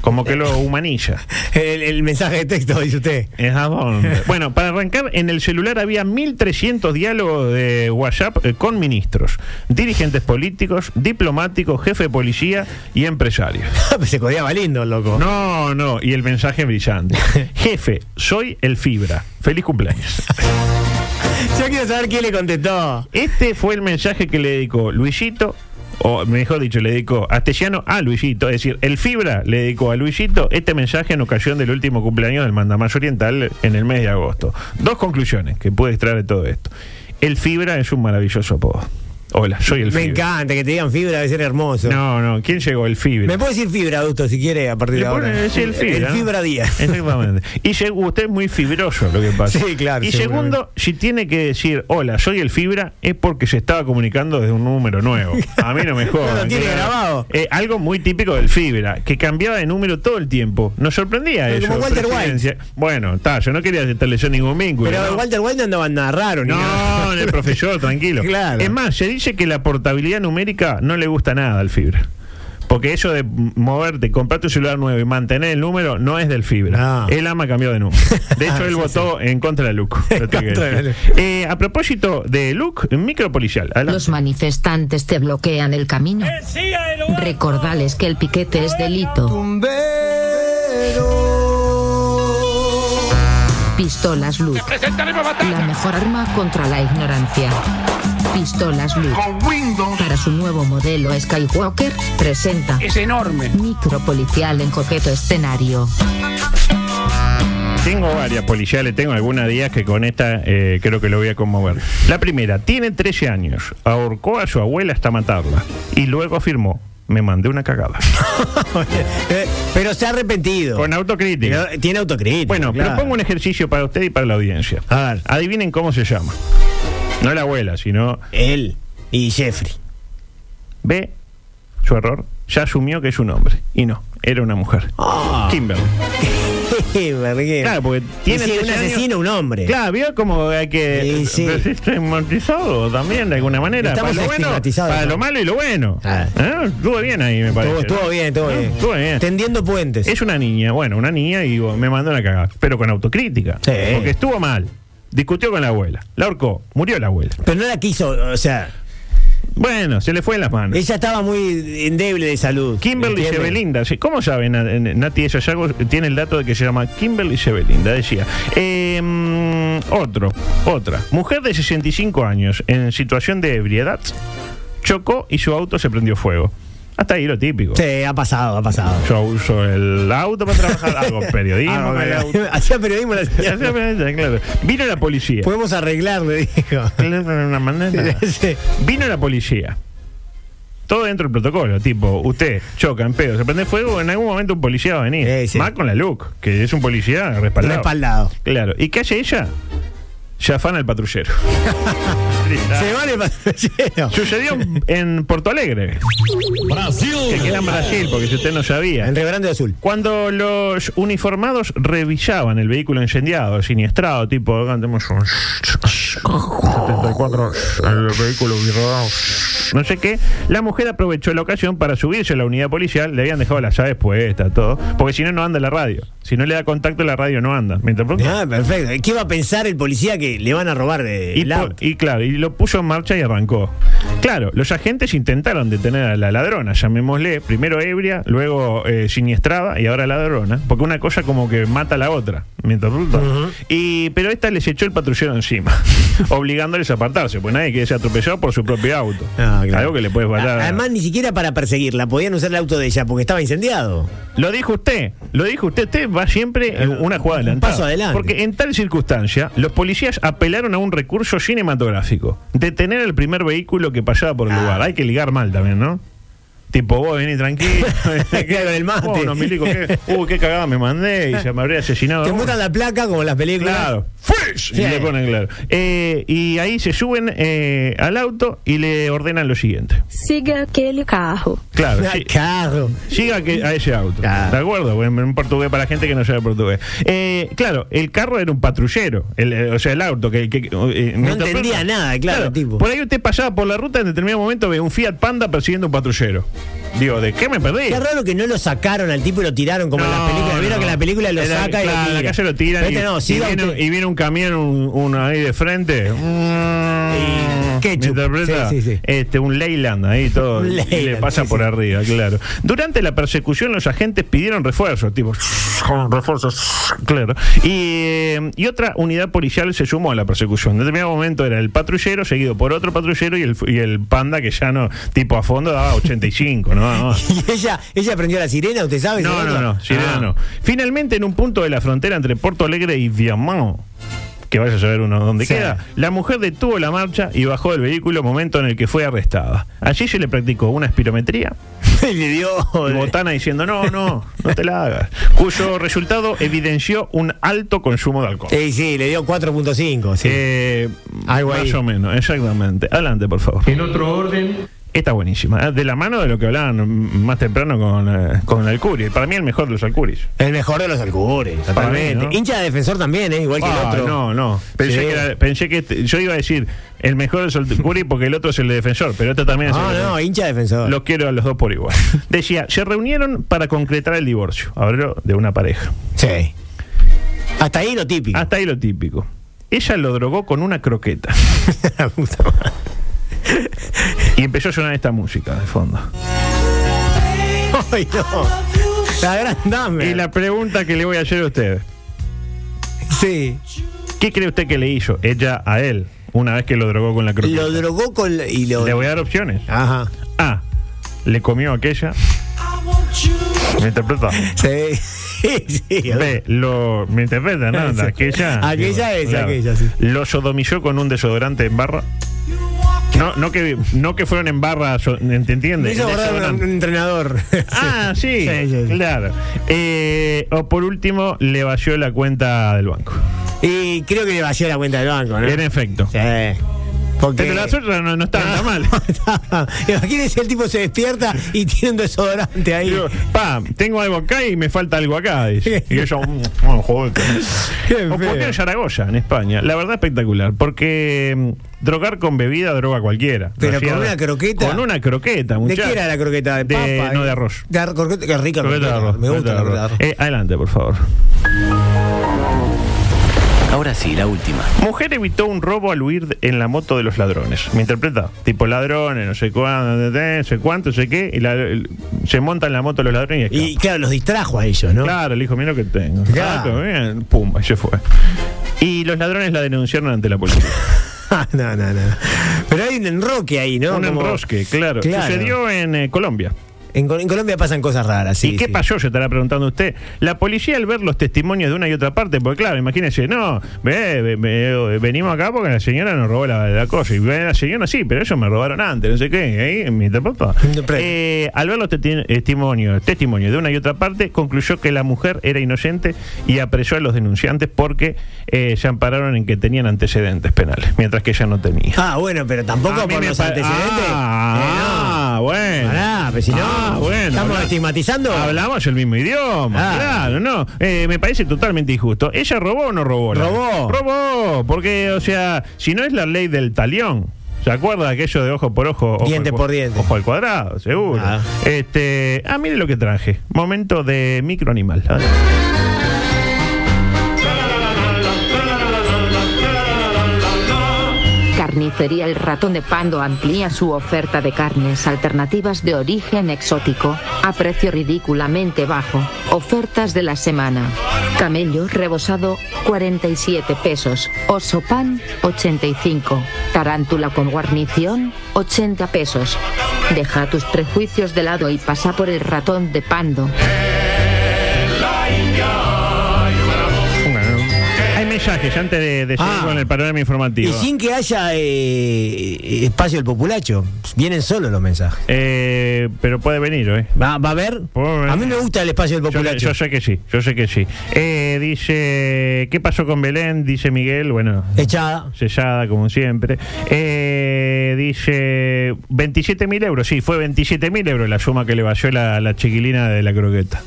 Speaker 9: Como
Speaker 10: Eh.
Speaker 9: que lo humaniza.
Speaker 10: El, el mensaje de texto, dice usted.
Speaker 9: Es a dónde. bueno, para arrancar, en el celular había 1.300 diálogos de WhatsApp eh, con ministros, dirigentes políticos, diplomáticos, jefe de policía y empresarios.
Speaker 10: Se codeaba lindo el loco.
Speaker 9: No, no, y el mensaje brillante. Jefe, soy el Fibra. Feliz cumpleaños.
Speaker 10: Yo quiero saber quién le contestó.
Speaker 9: Este fue el mensaje que le dedicó Luisito, o mejor dicho, le dedicó Astesiano a Luisito, es decir, el Fibra le dedicó a Luisito este mensaje en ocasión del último cumpleaños del mandamás oriental en el mes de agosto. Dos conclusiones que puede extraer de todo esto. El Fibra es un maravilloso apodo. Hola, soy el
Speaker 10: Me
Speaker 9: Fibra.
Speaker 10: encanta que te digan fibra, debe ser hermoso.
Speaker 9: No, no, ¿quién llegó? El Fibra.
Speaker 10: Me puede decir fibra, Augusto, si quiere, a partir
Speaker 9: Le
Speaker 10: de ahora.
Speaker 9: ponen así el fibra. ¿no?
Speaker 10: Díaz.
Speaker 9: Exactamente. Y seg- usted es muy fibroso lo que pasa.
Speaker 10: Sí, claro,
Speaker 9: Y segundo, si tiene que decir, hola, soy el fibra, es porque se estaba comunicando desde un número nuevo. A mí no me jodan.
Speaker 10: No lo tiene
Speaker 9: claro.
Speaker 10: grabado.
Speaker 9: Eh, algo muy típico del fibra, que cambiaba de número todo el tiempo. Nos sorprendía
Speaker 10: Pero
Speaker 9: eso.
Speaker 10: como Walter White.
Speaker 9: presidencia. Bueno, está, yo no quería establecer ningún vínculo.
Speaker 10: Pero
Speaker 9: ¿no?
Speaker 10: Walter White no andaba nada raro, ni nada.
Speaker 9: No, el profesor, tranquilo.
Speaker 10: Claro.
Speaker 9: Es más, se dice que la portabilidad numérica no le gusta nada al fibra. Porque eso de m- moverte, comprar tu celular nuevo y mantener el número no es del fibra.
Speaker 10: No.
Speaker 9: Él ama cambió de número. De hecho, él votó en contra de Luke. lo tengo que
Speaker 10: contra de
Speaker 9: decir. Eh, a propósito de Luke, micropolicial. Adelante.
Speaker 3: Los manifestantes te bloquean el camino. Recordales que el piquete es delito. Pistolas luz. La mejor arma contra la ignorancia. Pistolas luz.
Speaker 13: Con Windows
Speaker 3: Para su nuevo modelo Skywalker, presenta
Speaker 4: Es enorme.
Speaker 3: Micropolicial en coqueto escenario.
Speaker 9: Tengo varias policiales, tengo algunas días que con esta eh, creo que lo voy a conmover. La primera, tiene 13 años, ahorcó a su abuela hasta matarla y luego afirmó, me mandé una cagada.
Speaker 10: Eh, pero se ha arrepentido.
Speaker 9: con autocrítica.
Speaker 10: Pero Tiene autocrítica.
Speaker 9: Bueno,
Speaker 10: claro. Ah.
Speaker 9: propongo un ejercicio para usted y para la audiencia.
Speaker 10: A ver.
Speaker 9: Adivinen cómo se llama. No la abuela, sino
Speaker 10: Él y Jeffrey.
Speaker 9: B, su error, ya asumió que es un hombre. Y no, era una mujer. Kimberly.
Speaker 10: Kimberly.
Speaker 9: Ah. Claro, porque tiene
Speaker 10: Ah. Y si un
Speaker 9: 13 años.
Speaker 10: asesino, un hombre.
Speaker 9: Claro, vio como hay que.
Speaker 10: Y sí.
Speaker 9: Pero sí está estigmatizado también, de alguna manera.
Speaker 10: Estamos
Speaker 9: para lo bueno,
Speaker 10: estigmatizados,
Speaker 9: para
Speaker 10: ¿no?
Speaker 9: lo malo y lo bueno. ¿Eh? Estuvo bien ahí, me parece.
Speaker 10: Estuvo- estuvo bien, estuvo bien.
Speaker 9: Tendiendo puentes. Es una niña, bueno, una niña y digo, me mandó la cagada. Pero con autocrítica. Porque estuvo mal. Discutió con la abuela. La ahorcó. Murió la abuela.
Speaker 10: Pero no la quiso, o sea.
Speaker 9: Bueno, se le fue en las manos.
Speaker 10: Ella estaba muy endeble de salud.
Speaker 9: Kimberly
Speaker 10: ¿entiendes?
Speaker 9: Shebelinda. sí. ¿Cómo saben? Nati Sayago tiene el dato de que se llama Kimberly Shebelinda, decía. Eh, mm, otro, otra. Mujer de 65 años en situación de ebriedad chocó y su auto se prendió fuego. Hasta ahí lo típico.
Speaker 10: Sí, ha pasado, ha pasado.
Speaker 9: Yo uso el auto para trabajar, hago periodismo.
Speaker 10: Hago
Speaker 9: con el auto.
Speaker 10: Hacía periodismo la señora.
Speaker 9: Hacía periodismo, claro. Vino la policía.
Speaker 10: Podemos arreglarlo, dijo.
Speaker 9: de una manera. Vino la policía. Todo dentro del protocolo, tipo, usted choca en pedo, se prende fuego, en algún momento un policía va a venir. Más con la LUC, que es un policía respaldado.
Speaker 10: Respaldado.
Speaker 9: Claro. ¿Y qué hace ella? Se afana el patrullero.
Speaker 10: Se va el patrullero.
Speaker 9: Sucedió en Porto Alegre. Brasil. Que queda en Brasil, porque si usted no sabía. En
Speaker 10: Rio Grande Azul.
Speaker 9: Cuando los uniformados revisaban el vehículo incendiado, siniestrado, tipo, acá tenemos un 74, el vehículo virrado, no sé qué, la mujer aprovechó la ocasión para subirse a la unidad policial, le habían dejado las llaves puestas, todo, porque si no, no anda la radio. Si no le da contacto, la radio no anda. Mientras pronto-
Speaker 10: Ah, perfecto. ¿Qué iba a pensar el policía que le van a robar eh,
Speaker 9: y,
Speaker 10: el
Speaker 9: po-
Speaker 10: auto?
Speaker 9: y claro, y lo puso en marcha y arrancó. Claro, los agentes intentaron detener a la ladrona, llamémosle, primero ebria, luego eh, siniestrada y ahora ladrona, porque una cosa como que mata a la otra, mientras bruta. y, pero esta les echó el patrullero encima, obligándoles a apartarse, pues nadie quiere ser atropellado por su propio auto. Algo que le puede faltar. a-
Speaker 10: Ah, Además, ni siquiera para perseguirla. Podían usar el auto de ella porque estaba incendiado.
Speaker 9: Lo dijo usted, lo dijo usted, usted va siempre en una jugada adelantada.
Speaker 10: paso adelante.
Speaker 9: Porque en tal circunstancia, los policías apelaron a un recurso cinematográfico. Detener el primer vehículo que pasaba
Speaker 10: Ah.
Speaker 9: por el lugar. Hay que ligar mal también, ¿no? Tipo, vos venís tranquilo.
Speaker 10: Claro, el mate.
Speaker 9: Vos, no, milico, qué, uh, qué cagada me mandé y se me habría asesinado.
Speaker 10: Te
Speaker 9: uno.
Speaker 10: muestran la placa como en las películas.
Speaker 9: Claro. ¡Fresh! Y
Speaker 10: Sí.
Speaker 9: le ponen claro. Eh, y ahí se suben eh, al auto y le ordenan lo siguiente.
Speaker 14: Siga aquele carro.
Speaker 9: Claro.
Speaker 14: Ah,
Speaker 10: Carro.
Speaker 9: Llega que- a ese auto. ¿De acuerdo? En, en portugués, para la gente que no sabe portugués. Eh, claro, el carro era un patrullero. El, eh, o sea, el auto. que, que- que, eh, me interpreta-
Speaker 10: entendía nada, claro, tipo.
Speaker 9: Por ahí usted pasaba por la ruta en determinado momento ve un Fiat Panda persiguiendo un patrullero. Digo, ¿de qué me perdí?
Speaker 10: Qué raro que no lo sacaron al tipo y lo tiraron como en las películas. Vieron que en la película lo
Speaker 9: Era- claro,
Speaker 10: saca y lo
Speaker 9: en
Speaker 10: tira.
Speaker 9: la calle lo tiran.
Speaker 10: Vete,
Speaker 9: y,
Speaker 10: no,
Speaker 9: y
Speaker 10: siga
Speaker 9: viene,
Speaker 10: usted.
Speaker 9: y viene un camión, un- uno ahí de frente. Mm, ¿Me interpreta?
Speaker 10: Sí, sí, sí.
Speaker 9: Este, un Leyland ahí todo.
Speaker 10: Un
Speaker 9: y le
Speaker 10: Leyland,
Speaker 9: pasa
Speaker 10: sí,
Speaker 9: por
Speaker 10: sí.
Speaker 9: arriba, claro. Durante la persecución, los agentes pidieron refuerzos, tipo. con refuerzos, claro. Y, eh, y otra unidad policial se sumó a la persecución. En determinado momento era el patrullero, seguido por otro patrullero y el, y el panda que ya no, tipo a fondo, daba 85, ¿no? No.
Speaker 10: Y ella, ella prendió la sirena, ¿usted sabe?
Speaker 9: No, no, no,
Speaker 10: Ah.
Speaker 9: sirena no. Finalmente, en un punto de la frontera entre Porto Alegre y Viamão, que vaya a saber uno dónde
Speaker 10: Sí.
Speaker 9: queda, la mujer detuvo la marcha y bajó del vehículo, momento en el que fue arrestada. Allí se le practicó una espirometría.
Speaker 10: Y le dio.
Speaker 9: Y Botana diciendo, no, no, no te la hagas. Cuyo resultado evidenció un alto consumo de alcohol.
Speaker 10: Sí, sí, le dio 4.5. Eh, Sí.
Speaker 9: Eh,
Speaker 10: Algo
Speaker 9: más
Speaker 10: ahí.
Speaker 9: o menos, exactamente. Adelante, por favor. En otro orden. Está buenísima. ¿eh? De la mano de lo que hablaban mm, más temprano con, eh, con Alcuri. Para mí el mejor de los Alcuris.
Speaker 10: El mejor de los alcures, totalmente.
Speaker 9: Para mí, ¿no?
Speaker 10: Hincha de defensor también, ¿eh? igual que
Speaker 9: Ah,
Speaker 10: el otro.
Speaker 9: No, no. Pensé
Speaker 10: Sí. Ah,
Speaker 9: que, era- pensé que este- yo iba a decir el mejor es el Curi porque el otro es el de defensor, pero este también es
Speaker 10: No,
Speaker 9: el
Speaker 10: Ah, no, hincha defensor.
Speaker 9: Los quiero a los dos por igual. Decía, se reunieron para concretar el divorcio. Habló de una pareja.
Speaker 10: Sí. Hasta ahí lo típico.
Speaker 9: Hasta ahí lo típico. Ella lo drogó con una croqueta.
Speaker 10: La puta madre.
Speaker 9: y empezó a sonar esta música de fondo.
Speaker 10: Ay, no. La gran dame.
Speaker 9: Y la pregunta que le voy a hacer a usted.
Speaker 10: Sí.
Speaker 9: ¿Qué cree usted que le hizo ella a él una vez que lo drogó con la croqueta?
Speaker 10: Lo drogó con. la- Y lo,
Speaker 9: Le voy a dar opciones.
Speaker 10: Ajá.
Speaker 9: A. Le comió aquella. ¿Me interpreta?
Speaker 10: Sí. sí.
Speaker 9: B. Lo. ¿Me interpreta? No,
Speaker 10: Sí.
Speaker 9: aquella.
Speaker 10: Aquella
Speaker 9: digo,
Speaker 10: es, aquella, sí.
Speaker 9: Lo sodomizó con un desodorante en barra. No, no que no que fueron en barra, so- ¿te
Speaker 10: Me
Speaker 9: entiendes?
Speaker 10: hizo acordar a un, un entrenador.
Speaker 9: Ah, sí, claro. Eh, o por último, le vació la cuenta del banco.
Speaker 10: Y creo que le vació la cuenta del banco, ¿no?
Speaker 9: En efecto.
Speaker 10: Sí. Porque
Speaker 9: Pero la suya no, no está nada mal.
Speaker 10: Imagínense, el tipo se despierta y tiene un desodorante ahí.
Speaker 9: Digo, pa, tengo algo acá y me falta algo acá. Dice. Y yo, mm, no, joder. O
Speaker 10: feo.
Speaker 9: porque en Yaragoya, en España. La verdad espectacular. Porque mm, drogar con bebida droga cualquiera.
Speaker 10: Pero
Speaker 9: Refiero-
Speaker 10: con una croqueta.
Speaker 9: Con una croqueta,
Speaker 10: ¿De
Speaker 9: muchachos.
Speaker 10: qué era la croqueta? ¿De
Speaker 9: De-
Speaker 10: papa?
Speaker 9: no,
Speaker 10: eh?
Speaker 9: de arroz.
Speaker 10: De ar- croqueta, qué rica
Speaker 9: Croqueta de
Speaker 10: croqueta.
Speaker 9: arroz,
Speaker 10: Me
Speaker 9: croqueta
Speaker 10: gusta
Speaker 9: de
Speaker 10: la croqueta de
Speaker 9: arroz.
Speaker 10: arroz.
Speaker 9: Eh, adelante, por favor.
Speaker 6: Ahora sí, la última.
Speaker 9: Mujer evitó un robo al huir en la moto de los ladrones. Me interpreta. Tipo ladrones, no sé cuándo, no sé cuánto, no sé qué. Y la- el- se monta en la moto los ladrones y
Speaker 10: Y claro, los distrajo a ellos, ¿no?
Speaker 9: Eh. Claro, le dijo, mira lo que tengo.
Speaker 10: Claro.
Speaker 9: Ah, todo bien. Pum, ahí se fue. Y los ladrones la denunciaron ante la policía.
Speaker 10: no, no, no. Pero hay un enroque ahí, ¿no?
Speaker 9: un
Speaker 10: Como-
Speaker 9: enrosque, claro.
Speaker 10: Claro.
Speaker 9: Sucedió en eh, Colombia.
Speaker 10: En, Col- en Colombia pasan cosas raras, sí.
Speaker 9: ¿Y qué
Speaker 10: sí.
Speaker 9: pasó? Se estará preguntando usted. La policía al ver los testimonios de una y otra parte, porque claro, imagínense, no, ve, ve- ve- venimos acá porque la señora nos robó la, la cosa. Y ve, la señora sí, pero ellos me robaron antes, no sé qué. y Ahí, en mi papá. Eh, al ver los testi- testimonios, testimonios de una y otra parte, concluyó que la mujer era inocente y apresó a los denunciantes porque eh, se ampararon en que tenían antecedentes penales, mientras que ella no tenía.
Speaker 10: Ah, bueno, pero tampoco
Speaker 9: A mí
Speaker 10: por
Speaker 9: me
Speaker 10: los
Speaker 9: pare-
Speaker 10: antecedentes. Eh,
Speaker 9: Ah, bueno.
Speaker 10: Pará, pero si no,
Speaker 9: Ah, bueno.
Speaker 10: estamos
Speaker 9: habla-
Speaker 10: estigmatizando.
Speaker 9: Hablamos el mismo idioma.
Speaker 10: Ah.
Speaker 9: Claro, no. Eh, me parece totalmente injusto. ¿Ella robó o no robó? la-
Speaker 10: Robó.
Speaker 9: Robó. Porque, o sea, si no es la ley del talión. ¿Se acuerda aquello de ojo por ojo? ojo
Speaker 10: Diente
Speaker 9: al cua-
Speaker 10: por diente.
Speaker 9: Ojo al cuadrado, seguro.
Speaker 10: Ah.
Speaker 9: Este, ah, mire lo que traje. Momento de microanimal.
Speaker 3: Carnicería El Ratón de Pando amplía su oferta de carnes alternativas de origen exótico, a precio ridículamente bajo. Ofertas de la semana. Camello rebosado, 47 pesos. Oso pan, 85. Tarántula con guarnición, 80 pesos. Deja tus prejuicios de lado y pasa por El Ratón de Pando.
Speaker 9: Hay mensajes antes de, de seguir
Speaker 10: Ah.
Speaker 9: con el panorama informativo.
Speaker 10: Y sin que haya eh, espacio del populacho. Vienen solos los mensajes.
Speaker 9: Eh, pero puede venir hoy.
Speaker 10: ¿Va, va a haber? A mí me gusta el espacio del
Speaker 9: Yo,
Speaker 10: populacho.
Speaker 9: yo sé que sí, yo sé que sí. Eh, dice, ¿qué pasó con Belén? Dice Miguel, bueno,
Speaker 10: Echada.
Speaker 9: sellada como siempre. Eh, dice, 27.000 euros, sí, fue 27.000 euros la suma que le valió la, la chiquilina de la croqueta.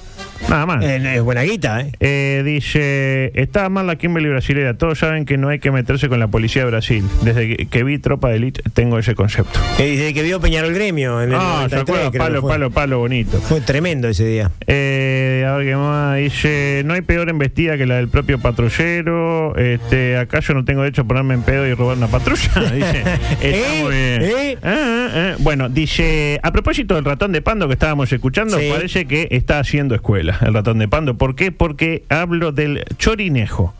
Speaker 9: Nada más.
Speaker 10: Eh, no, es buena guita, ¿eh?
Speaker 9: Eh, dice, está mal la Kimberly brasilera, todos saben que no hay que meterse con la policía de Brasil. Desde que, que vi Tropa de Elite tengo ese concepto.
Speaker 10: Eh, Desde que vio Peñarol Gremio en el
Speaker 9: Ah, se
Speaker 10: 93,
Speaker 9: acuerda,
Speaker 10: creo que
Speaker 9: palo,
Speaker 10: fue.
Speaker 9: palo, palo bonito.
Speaker 10: Fue tremendo ese día.
Speaker 9: Eh, a ver qué más. Dice, no hay peor embestida que la del propio patrullero. Este, acá yo no tengo derecho a ponerme en pedo y robar una patrulla. Dice, está muy bien.
Speaker 10: ¿Eh?
Speaker 9: Ah, ah, ah. Bueno, dice, a propósito del ratón de pando que estábamos escuchando,
Speaker 10: Sí.
Speaker 9: parece que está haciendo escuela el ratón de pando. ¿Por qué? Porque hablo del chorinejo.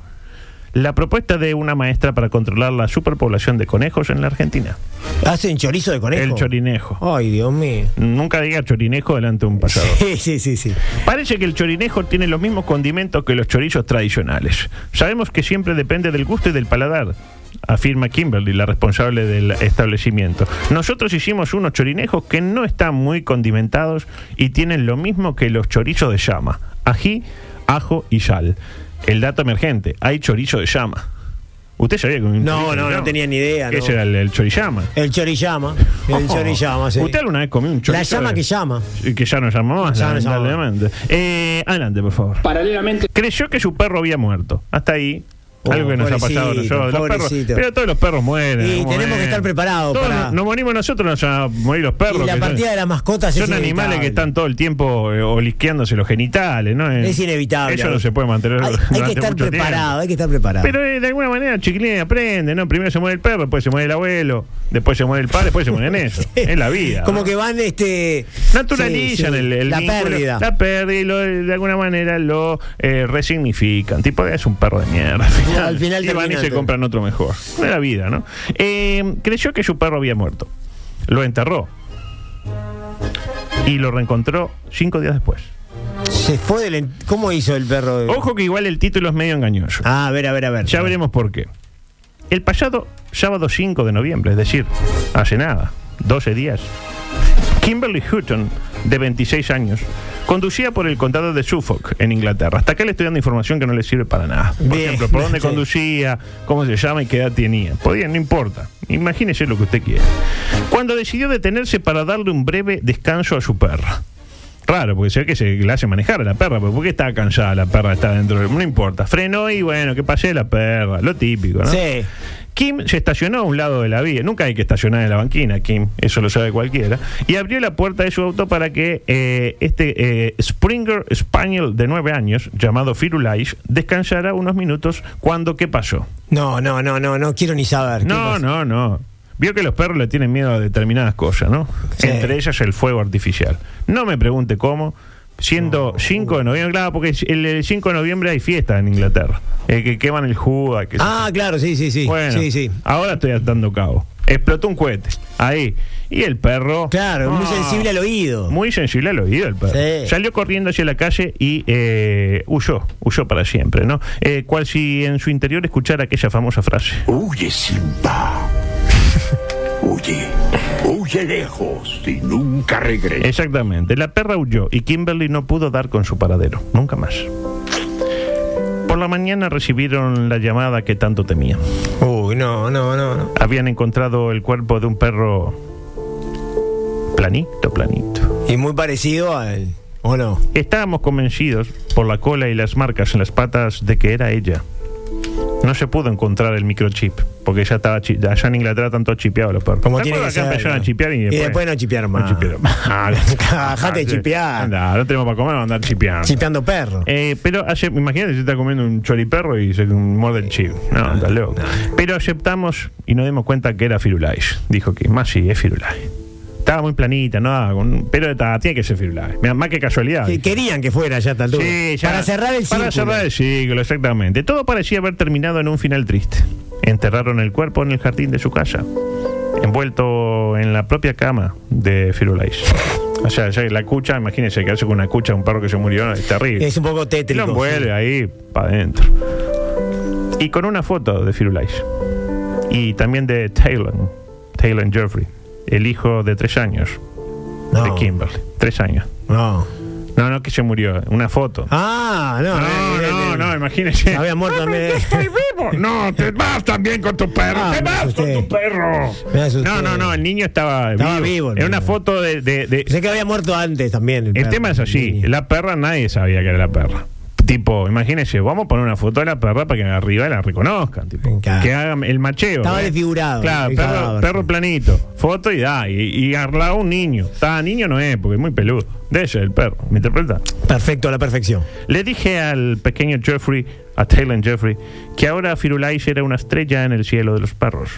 Speaker 9: La propuesta de una maestra para controlar la superpoblación de conejos en la Argentina.
Speaker 10: ¿Hacen chorizo de conejo?
Speaker 9: El chorinejo.
Speaker 10: Ay, Dios mío.
Speaker 9: Nunca diga chorinejo delante de un pasado.
Speaker 10: Sí, sí, sí, sí.
Speaker 9: Parece que el chorinejo tiene los mismos condimentos que los chorizos tradicionales. Sabemos que siempre depende del gusto y del paladar, afirma Kimberly, la responsable del establecimiento. Nosotros hicimos unos chorinejos que no están muy condimentados y tienen lo mismo que los chorizos de llama, ají, ajo y sal. El dato emergente, hay chorizo de llama. ¿Usted sabía que un
Speaker 10: No,
Speaker 9: chorizo de
Speaker 10: no, no
Speaker 9: llama?
Speaker 10: tenía ni idea,
Speaker 9: Ese
Speaker 10: no.
Speaker 9: era el, el chorillama.
Speaker 10: El chorillama. El
Speaker 9: Oh.
Speaker 10: chorillama, sí.
Speaker 9: ¿Usted alguna vez comió un chorizo?
Speaker 10: La llama
Speaker 9: de-
Speaker 10: que llama.
Speaker 9: y que ya no llama más,
Speaker 10: Ya no llama más.
Speaker 9: lamentablemente. Eh, adelante, por favor.
Speaker 11: Paralelamente,
Speaker 9: Creyó que su perro había muerto. Hasta ahí.
Speaker 10: Oh,
Speaker 9: algo que nos ha
Speaker 10: pobrecito,
Speaker 9: pasado a nosotros. Los perros-
Speaker 10: pobrecito.
Speaker 9: pero todos los perros mueren.
Speaker 10: Y
Speaker 9: ¿no?
Speaker 10: tenemos que estar preparados
Speaker 9: Todos
Speaker 10: para-
Speaker 9: nos- Nos morimos nosotros, nos van a morir los perros.
Speaker 10: Y la
Speaker 9: que son-
Speaker 10: partida de las mascotas es
Speaker 9: Son animales
Speaker 10: inevitable.
Speaker 9: que están todo el tiempo eh, olisqueándose los genitales, ¿no? Eh,
Speaker 10: Es inevitable.
Speaker 9: Eso no se puede mantener.
Speaker 10: Hay, hay que
Speaker 9: durante
Speaker 10: estar
Speaker 9: mucho tiempo.
Speaker 10: preparado, hay que estar preparado.
Speaker 9: Pero eh, de alguna manera Chiquilín aprende, ¿no? Primero se muere el perro, después se muere el abuelo, después se muere el padre, después se mueren ellos. Es la vida.
Speaker 10: Como
Speaker 9: ¿no?
Speaker 10: que van este
Speaker 9: naturalizan
Speaker 10: sí, sí,
Speaker 9: el, el
Speaker 10: la
Speaker 9: vínculo,
Speaker 10: pérdida.
Speaker 9: la pérdida y lo- de alguna manera lo eh, resignifican tipo es un perro de mierda al final,
Speaker 10: al final
Speaker 9: y van y
Speaker 10: terminan
Speaker 9: se
Speaker 10: todo.
Speaker 9: compran otro mejor de la vida ¿no? Eh, creyó que su perro había muerto lo enterró y lo reencontró cinco días después
Speaker 10: Se fue del en- ¿Cómo hizo el perro?
Speaker 9: ojo que igual el título es medio engañoso
Speaker 10: Ah, a ver, a ver, a ver.
Speaker 9: ya veremos por qué el pasado sábado 5 de noviembre es decir hace nada 12 días Kimberly Hutton de 26 años, conducía por el condado de Suffolk, en Inglaterra. Hasta acá le estoy dando información que no le sirve para nada. Por
Speaker 10: Bien.
Speaker 9: ejemplo, por dónde
Speaker 10: Sí.
Speaker 9: conducía, cómo se llama y qué edad tenía. Podía, no importa. Imagínese lo que usted quiera. Cuando decidió detenerse para darle un breve descanso a su perra. Raro, porque se ve que se la hace manejar a la perra, pero ¿por qué está cansada la perra? Está dentro del- No importa. Frenó y bueno, que pase la perra. Lo típico, ¿no?
Speaker 10: Sí.
Speaker 9: Kim se estacionó a un lado de la vía. Nunca hay que estacionar en la banquina, Kim. Eso lo sabe cualquiera. Y abrió la puerta de su auto para que eh, este eh, Springer Spaniel de 9 años, llamado Firulais, descansara unos minutos cuando ¿qué pasó?
Speaker 10: No, no, no, no, no quiero ni saber. ¿Qué
Speaker 9: No,
Speaker 10: pasa?
Speaker 9: no, no. Vio que los perros le tienen miedo a determinadas cosas, ¿no?
Speaker 10: Sí.
Speaker 9: Entre ellas el fuego artificial. No me pregunte cómo. Siendo 5 de noviembre, claro, porque el, el 5 de noviembre hay fiesta en Inglaterra. eh, que queman el jugo. Que
Speaker 10: Ah, claro, sí, sí, sí.
Speaker 9: Bueno,
Speaker 10: Sí, sí.
Speaker 9: ahora estoy atando cabo. Explotó un cohete. Ahí. Y el perro. Ah.
Speaker 10: Claro, muy sensible al oído.
Speaker 9: Muy sensible al oído el perro.
Speaker 10: Sí.
Speaker 9: Salió corriendo hacia la calle y eh, huyó. Huyó para siempre, ¿no? Eh, cual si en su interior escuchara aquella famosa frase.
Speaker 8: Huye, Simba. Huye. Huye lejos y nunca regreses.
Speaker 9: Exactamente. La perra huyó y Kimberly no pudo dar con su paradero. Nunca más. Por la mañana recibieron la llamada que tanto temían.
Speaker 10: Uy, no, no, no, no.
Speaker 9: Habían encontrado el cuerpo de un perro planito, planito.
Speaker 10: Y muy parecido al. ¿O no?
Speaker 9: Estábamos convencidos por la cola y las marcas en las patas de que era ella. No se pudo encontrar el microchip, porque ya estaba chi- allá en Inglaterra tanto chipeado los perros.
Speaker 10: Como
Speaker 9: ¿Te
Speaker 10: tiene que
Speaker 9: acuerdas que
Speaker 10: ser,
Speaker 9: empezaron
Speaker 10: ¿no?
Speaker 9: a chipear y
Speaker 10: Y
Speaker 9: después,
Speaker 10: después no chipearon más.
Speaker 9: No chipearon Ah, más.
Speaker 10: Dejate de chipear.
Speaker 9: Anda, no tenemos para comer, vamos a andar chipeando.
Speaker 10: Chipeando perro.
Speaker 9: Eh, pero ace- imagínate, se está comiendo un choriperro y se muerde el chip. No, está loco. Pero aceptamos y nos dimos cuenta que era Firulais. Dijo que más sí, es Firulais. Estaba muy planita, no daba con- pero ta, tiene que ser Firulais. Mirá, Más que casualidad.
Speaker 10: Que querían que fuera ya a esta altura.
Speaker 9: Sí, ya-
Speaker 10: para cerrar el círculo.
Speaker 9: Para cerrar el ciclo, exactamente. Todo parecía haber terminado en un final triste. Enterraron el cuerpo en el jardín de su casa, envuelto en la propia cama de Firulais. O sea, ya la cucha, imagínense quedarse con una cucha de un perro que se murió, es terrible.
Speaker 10: Es un poco tétrico.
Speaker 9: Lo envuelve ahí para adentro. Y con una foto de Firulais. Y también de Talon, Talon Jeffrey, el hijo de tres años
Speaker 10: No.
Speaker 9: de Kimberly. Tres años.
Speaker 10: No.
Speaker 9: No, no, que se murió. Una foto.
Speaker 10: Ah, no.
Speaker 9: No,
Speaker 10: eh,
Speaker 9: no,
Speaker 10: eh,
Speaker 9: no, imagínese.
Speaker 10: Había muerto también.
Speaker 9: No, te vas también con tu perro.
Speaker 10: Ah,
Speaker 9: te
Speaker 10: me
Speaker 9: vas con
Speaker 10: asusté.
Speaker 9: tu perro.
Speaker 10: Me asusté.
Speaker 9: No, no, no, el niño estaba,
Speaker 10: Estaba vivo, el
Speaker 9: Era una
Speaker 10: niño.
Speaker 9: foto de. de- de-
Speaker 10: Sé que había muerto antes también.
Speaker 9: El tema es así: la perra nadie sabía que era la perra. Tipo, imagínese, vamos a poner una foto de la perra para que arriba la reconozcan. Tipo,
Speaker 10: Claro.
Speaker 9: que hagan el macheo.
Speaker 10: Estaba
Speaker 9: ¿eh?
Speaker 10: desfigurado.
Speaker 9: Claro,
Speaker 10: el
Speaker 9: perro,
Speaker 10: cadáver.
Speaker 9: perro planito. Foto y da. Y, y al lado un niño. Está, niño no es, porque es muy peludo. De ella, el perro. ¿Me interpreta?
Speaker 10: Perfecto, a la perfección.
Speaker 9: Le dije al pequeño Jeffrey, a Taylor Jeffrey, que ahora Firulais era una estrella en el cielo de los perros.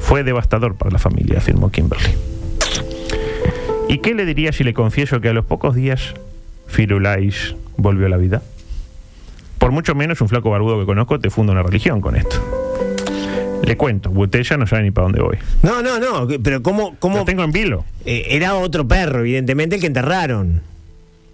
Speaker 9: Fue devastador para la familia, afirmó Kimberly. ¿Y qué le diría si le confieso que a los pocos días Firulais volvió a la vida? Por mucho menos un flaco barbudo que conozco te funda una religión con esto. Le cuento, Botella no sabe ni para dónde voy.
Speaker 10: No, no, no. que- Pero ¿cómo.?
Speaker 9: Lo
Speaker 10: cómo
Speaker 9: tengo en vilo.
Speaker 10: eh, era otro perro, evidentemente, el que enterraron.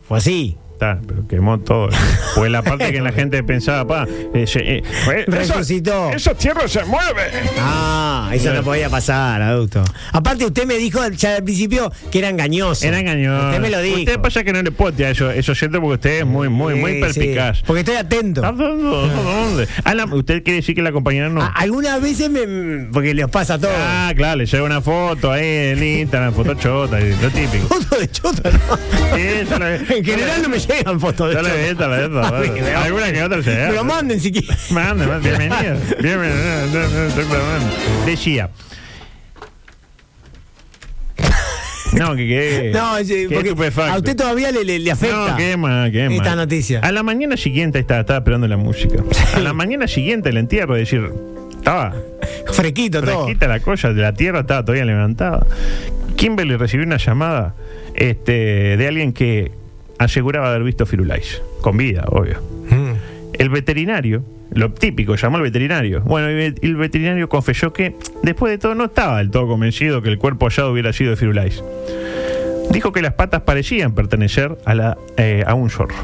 Speaker 10: Fue así.
Speaker 9: Está, pero quemó todo. Fue la parte que la gente pensaba, pa. eh, se- eh, eh,
Speaker 10: Resucitó.
Speaker 9: esa tierra se mueve.
Speaker 10: Ah, eso no podía pasar, adulto. Aparte, usted me dijo ya al principio que era engañoso.
Speaker 9: Era engañoso.
Speaker 10: Usted me lo dijo.
Speaker 9: Usted pasa que no le pote a eso, eso siento porque usted es muy, muy, muy
Speaker 10: Sí,
Speaker 9: perspicaz.
Speaker 10: sí, Porque estoy atento.
Speaker 9: ¿A dónde? ¿A dónde? Ah, la- ¿Usted quiere decir que la compañera no?
Speaker 10: A- algunas veces me. Porque les pasa a todos.
Speaker 9: Ah, claro, le lleva una foto ahí en Instagram, foto chota, y lo típico.
Speaker 10: Fotos de chota, ¿no?
Speaker 9: Sí, ya la-
Speaker 10: En general no me llegan fotos de
Speaker 9: ya la-
Speaker 10: chota.
Speaker 9: ya la- ya la-
Speaker 10: A mí me da-
Speaker 9: Alguna que otra se da.
Speaker 10: Me lo manden si quieren.
Speaker 9: Mande, mande, bienvenido. Bienvenido. exactamente. Decía. No, Eh, que quede.
Speaker 10: No, sí,
Speaker 9: quede
Speaker 10: porque
Speaker 9: estupefacto.
Speaker 10: a usted todavía le, le- le afecta.
Speaker 9: No, quema, quema.
Speaker 10: Esta noticia.
Speaker 9: A la mañana siguiente estaba, estaba esperando la música. A la mañana siguiente el entierro, es decir, estaba
Speaker 10: Fresquito todo.
Speaker 9: fresquita la cosa, de la tierra estaba todavía levantada. Kimberly recibió una llamada este, de alguien que aseguraba haber visto Firulais, con vida, obvio.
Speaker 10: Mm.
Speaker 9: El veterinario, lo típico, llamó al veterinario. Bueno, y el veterinario confesó que, después de todo, no estaba del todo convencido que el cuerpo hallado hubiera sido de Firulais. Dijo que las patas parecían pertenecer a, la, eh, a un zorro.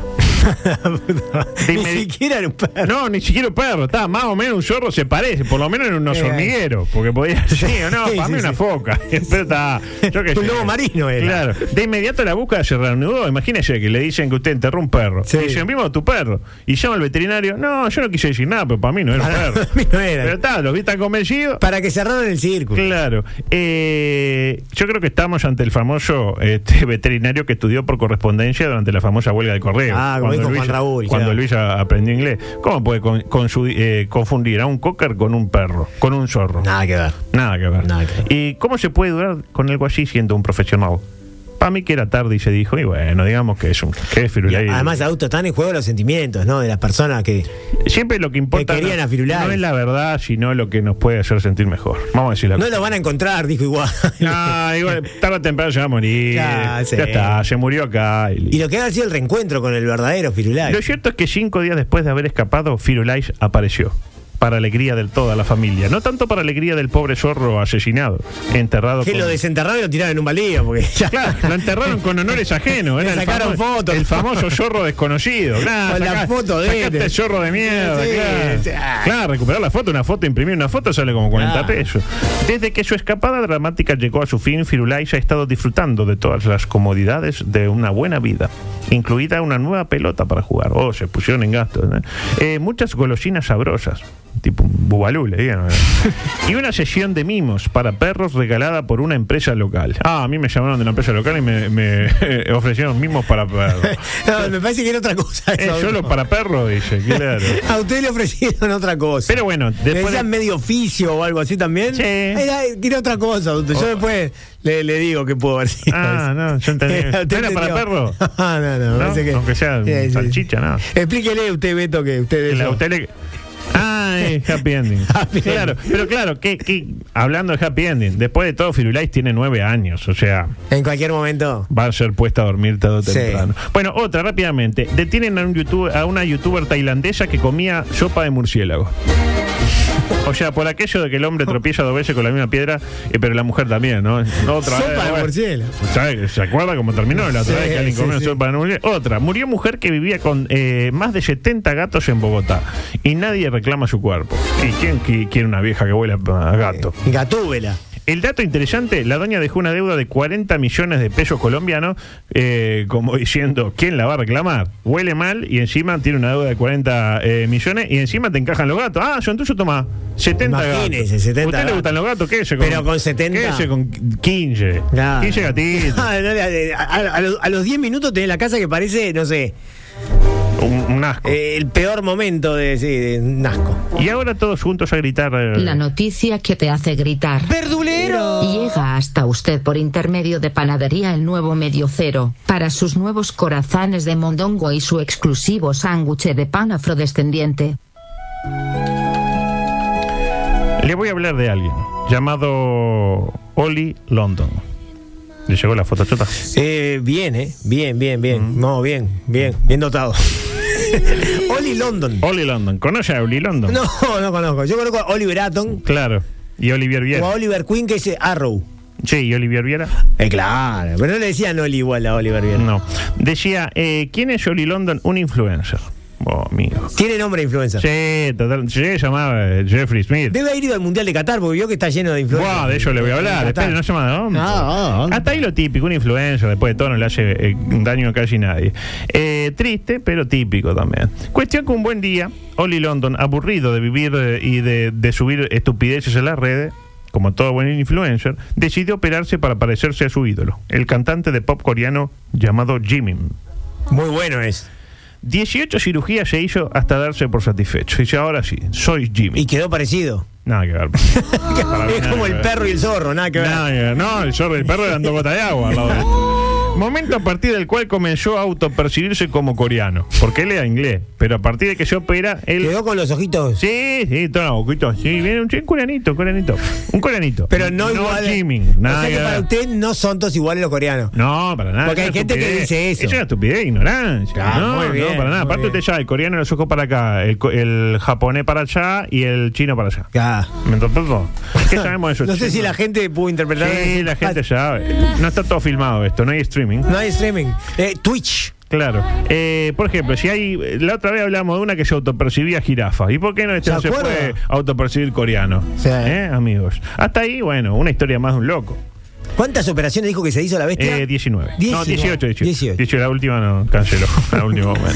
Speaker 9: ni siquiera era un perro. No, ni siquiera un perro. Está, más o menos un zorro se parece. Por lo menos era un oso
Speaker 10: Eh.
Speaker 9: hormiguero. Porque podía ser. Sí, o no,
Speaker 10: Sí,
Speaker 9: para
Speaker 10: sí,
Speaker 9: mí una
Speaker 10: sí.
Speaker 9: foca. Pero está. Yo qué
Speaker 10: Un
Speaker 9: sé.
Speaker 10: lobo marino era.
Speaker 9: Claro. De inmediato la búsqueda se reanudó. Imagínese que le dicen que usted enterró un perro. Y Dicen, vimos tu perro. Y llama al veterinario. No, yo no quise decir nada, pero para mí no era un perro. Pero está, los vi tan convencidos.
Speaker 10: Para que cerraran el círculo.
Speaker 9: Claro. Eh, yo creo que estamos ante el famoso este, veterinario que estudió por correspondencia durante la famosa huelga de correo.
Speaker 10: Ah, como dijo Juan Raúl,
Speaker 9: Cuando
Speaker 10: claro.
Speaker 9: Luis a- aprendió inglés. ¿Cómo puede con- consu- eh, confundir a un cocker con un perro, con un zorro?
Speaker 10: Nada que ver.
Speaker 9: Nada que ver. ¿Y cómo se puede durar con algo así siendo un profesional? Para mí que era tarde y se dijo, y bueno, digamos que es un jefe.
Speaker 10: Además, adultos están en juego los sentimientos, ¿no? De las personas que.
Speaker 9: Siempre lo que importa
Speaker 10: Que querían
Speaker 9: no,
Speaker 10: a Firulais.
Speaker 9: no es la verdad, sino lo que nos puede hacer sentir mejor. Vamos a decir la
Speaker 10: No lo van a encontrar, dijo igual.
Speaker 9: No, Ah, igual, tarde o temprano se va a morir.
Speaker 10: Ya, sí.
Speaker 9: Ya está, se murió acá. y listo.
Speaker 10: Y lo que ha sido el reencuentro con el verdadero Firulais.
Speaker 9: Lo cierto es que cinco días después de haber escapado, Firulais apareció. Para alegría del toda la familia. No tanto para alegría del pobre zorro asesinado, enterrado.
Speaker 10: Que
Speaker 9: con-
Speaker 10: lo desenterraron y lo tiraron en un baldío. Porque ya-
Speaker 9: Claro, lo enterraron con honores ajenos.
Speaker 10: Le
Speaker 9: Era el
Speaker 10: sacaron
Speaker 9: famoso,
Speaker 10: fotos.
Speaker 9: El famoso zorro desconocido. Nah,
Speaker 10: Con la
Speaker 9: sacá-
Speaker 10: foto de este.
Speaker 9: sacaste
Speaker 10: él.
Speaker 9: el zorro de mierda.
Speaker 10: Sí,
Speaker 9: claro.
Speaker 10: sí.
Speaker 9: Claro, recuperar la foto, una foto, imprimir una foto sale como 40
Speaker 10: Claro.
Speaker 9: pesos. Desde que su escapada dramática llegó a su fin, Firulais ha estado disfrutando de todas las comodidades de una buena vida, incluida una nueva pelota para jugar. Oh, se pusieron en gasto. ¿no? Eh, muchas golosinas sabrosas, tipo un bubalú, le digan. ¿no? y una sesión de mimos para perros regalada por una empresa local. Ah, a mí me llamaron de una empresa local y me, me ofrecieron mimos para perros.
Speaker 10: No, me parece que era otra cosa.
Speaker 9: Eh,
Speaker 10: eso,
Speaker 9: solo
Speaker 10: ¿no?
Speaker 9: para perros, dice, claro.
Speaker 10: A usted le ofrecieron otra cosa. Pero
Speaker 9: bueno,
Speaker 10: después. ¿Le decían medio oficio o algo así también? Sí. Era, era otra cosa, adulto. Yo después le, le digo que pudo haber sido.
Speaker 9: Oh. Ah,
Speaker 10: eso.
Speaker 9: no, yo entendí.
Speaker 10: Eh, usted
Speaker 9: ¿No era para
Speaker 10: entendió.
Speaker 9: perro?
Speaker 10: Ah, no, no, me
Speaker 9: ¿No?
Speaker 10: parece que.
Speaker 9: Aunque sea
Speaker 10: Sí, sí.
Speaker 9: salchicha, nada.
Speaker 10: Explíquele usted, Beto, que usted.
Speaker 9: La-
Speaker 10: eso-
Speaker 9: usted le- Ah, es happy ending.
Speaker 10: Happy
Speaker 9: claro,
Speaker 10: ending.
Speaker 9: pero claro, que, que- hablando de happy ending, después de todo, Firulais tiene nueve años, o sea,
Speaker 10: En cualquier momento.
Speaker 9: va a ser puesta a dormir tarde o
Speaker 10: Sí.
Speaker 9: temprano. Bueno, otra rápidamente. Detienen a, un YouTube, a una youtuber tailandesa que comía sopa de murciélago. O sea, por aquello de que el hombre tropieza dos veces con la misma piedra, eh, pero la mujer también, ¿no? Otra vez,
Speaker 10: Sopa de
Speaker 9: bueno.
Speaker 10: murciélago.
Speaker 9: ¿Sabe- ¿Se acuerda cómo terminó la otra
Speaker 10: Sí,
Speaker 9: vez que alguien
Speaker 10: sí,
Speaker 9: comió
Speaker 10: sí.
Speaker 9: sopa de murciélago? Otra, murió mujer que vivía con eh, más de 70 gatos en Bogotá y nadie reclama su cuerpo. ¿Y quién qui- quiere una vieja que huele a a gato?
Speaker 10: Eh, Gatúbela.
Speaker 9: El dato interesante, la doña dejó una deuda de 40 millones de pesos colombianos, eh, como diciendo, ¿quién la va a reclamar? Huele mal y encima tiene una deuda de 40 eh, millones y encima te encajan los gatos. Ah, yo entonces toma 70 gatos.
Speaker 10: Imagínese, 70
Speaker 9: ¿Usted le
Speaker 10: gatos.
Speaker 9: gustan los gatos? ¿Qué con,
Speaker 10: Pero con 70.
Speaker 9: quédese con 15.
Speaker 10: Claro.
Speaker 9: 15 gatitos.
Speaker 10: Ah, no, a, a- a los- a los 10 minutos tenés la casa que parece, no sé,
Speaker 9: un, un asco.
Speaker 10: eh, el peor momento de, sí, de un asco.
Speaker 9: Y ahora todos juntos a gritar. eh,
Speaker 3: La noticia que te hace gritar. ¡Verdulero! Llega hasta usted por intermedio de Panadería El Nuevo Medio Cero, para sus nuevos corazones de mondongo y su exclusivo sándwich de pan afrodescendiente.
Speaker 9: Le voy a hablar de alguien llamado Oli London. ¿Le llegó la foto chota?
Speaker 10: Eh, bien, eh. Bien, bien, bien. No, bien, bien, bien dotado. Oli London.
Speaker 9: Oli London. ¿Conoce a Oli London?
Speaker 10: No, no conozco. Yo conozco a Oliver Atom
Speaker 9: Claro. Y Olivier
Speaker 10: o
Speaker 9: Viera.
Speaker 10: a Oliver Queen, que es eh, Arrow.
Speaker 9: Sí, y Olivier Viera.
Speaker 10: Eh, claro. Pero no le decían Oli igual a Oliver Viera.
Speaker 9: No. Decía, eh, ¿quién es Oli London? Un influencer. Oh, amigo.
Speaker 10: Tiene nombre de influencer.
Speaker 9: Sí, total. Se llamaba eh, Jeffrey Smith.
Speaker 10: Debe haber ido al Mundial de Qatar porque vio que está lleno de influencers.
Speaker 9: Buah, de eso le voy a hablar.
Speaker 10: En
Speaker 9: Espere,
Speaker 10: Qatar.
Speaker 9: no se llama de hombre.
Speaker 10: Ah, ah, ah.
Speaker 9: Hasta ahí lo típico, un influencer después de todo no le hace eh, daño a casi nadie. Eh, triste, pero típico también. Cuestión que un buen día, Oli London, aburrido de vivir eh, y de, de subir estupideces en las redes, como todo buen influencer, decidió operarse para parecerse a su ídolo, el cantante de pop coreano llamado Jimin.
Speaker 10: Muy bueno es.
Speaker 9: 18 cirugías se hizo hasta darse por satisfecho. Dice, ahora sí, soy Jimin.
Speaker 10: Y quedó parecido.
Speaker 9: Nada que ver. Para mí
Speaker 10: es
Speaker 9: nada
Speaker 10: como
Speaker 9: que
Speaker 10: el
Speaker 9: ver.
Speaker 10: perro y el zorro, nada que ver.
Speaker 9: Nada que ver. No, el zorro del perro dando gota de agua. al lado de él. Momento a partir del cual comenzó a autopercibirse como coreano. Porque él era inglés. Pero a partir de que se opera, él.
Speaker 10: Quedó con los ojitos.
Speaker 9: Sí, sí, todos los boquitos. Sí, viene un, sí, un coreanito, coreanito. Un coreanito.
Speaker 10: Pero no, igual.
Speaker 9: Jimin,
Speaker 10: o
Speaker 9: nada
Speaker 10: sea que
Speaker 9: que
Speaker 10: para
Speaker 9: ver.
Speaker 10: usted no son todos iguales los coreanos.
Speaker 9: No, para nada.
Speaker 10: Porque hay
Speaker 9: es una
Speaker 10: gente que
Speaker 9: estupidez.
Speaker 10: dice eso.
Speaker 9: Es una estupidez, e ignorancia.
Speaker 10: Ah,
Speaker 9: no,
Speaker 10: muy bien,
Speaker 9: no, para nada.
Speaker 10: muy
Speaker 9: Aparte,
Speaker 10: bien.
Speaker 9: usted ya, el coreano los ojos para acá, el, co- el japonés para allá y el chino para allá.
Speaker 10: Ah.
Speaker 9: ¿Me entiendes? ¿Qué sabemos de eso?
Speaker 10: No sé si la gente pudo interpretar.
Speaker 9: Sí, la gente sabe. No está todo filmado esto, no hay streaming.
Speaker 10: No hay streaming. Eh, Twitch.
Speaker 9: Claro. Eh, por ejemplo, si hay. La otra vez hablamos de una que se autopercibía jirafa. ¿Y por qué no este
Speaker 10: ¿Se
Speaker 9: no se
Speaker 10: acuerda?
Speaker 9: puede autopercibir coreano? ¿Eh, amigos? Hasta ahí, bueno, una historia más de un loco.
Speaker 10: ¿Cuántas operaciones dijo que se hizo la bestia?
Speaker 9: Eh, 19. No,
Speaker 10: 19.
Speaker 9: 18, 18. 18, la última no canceló. La última, bueno.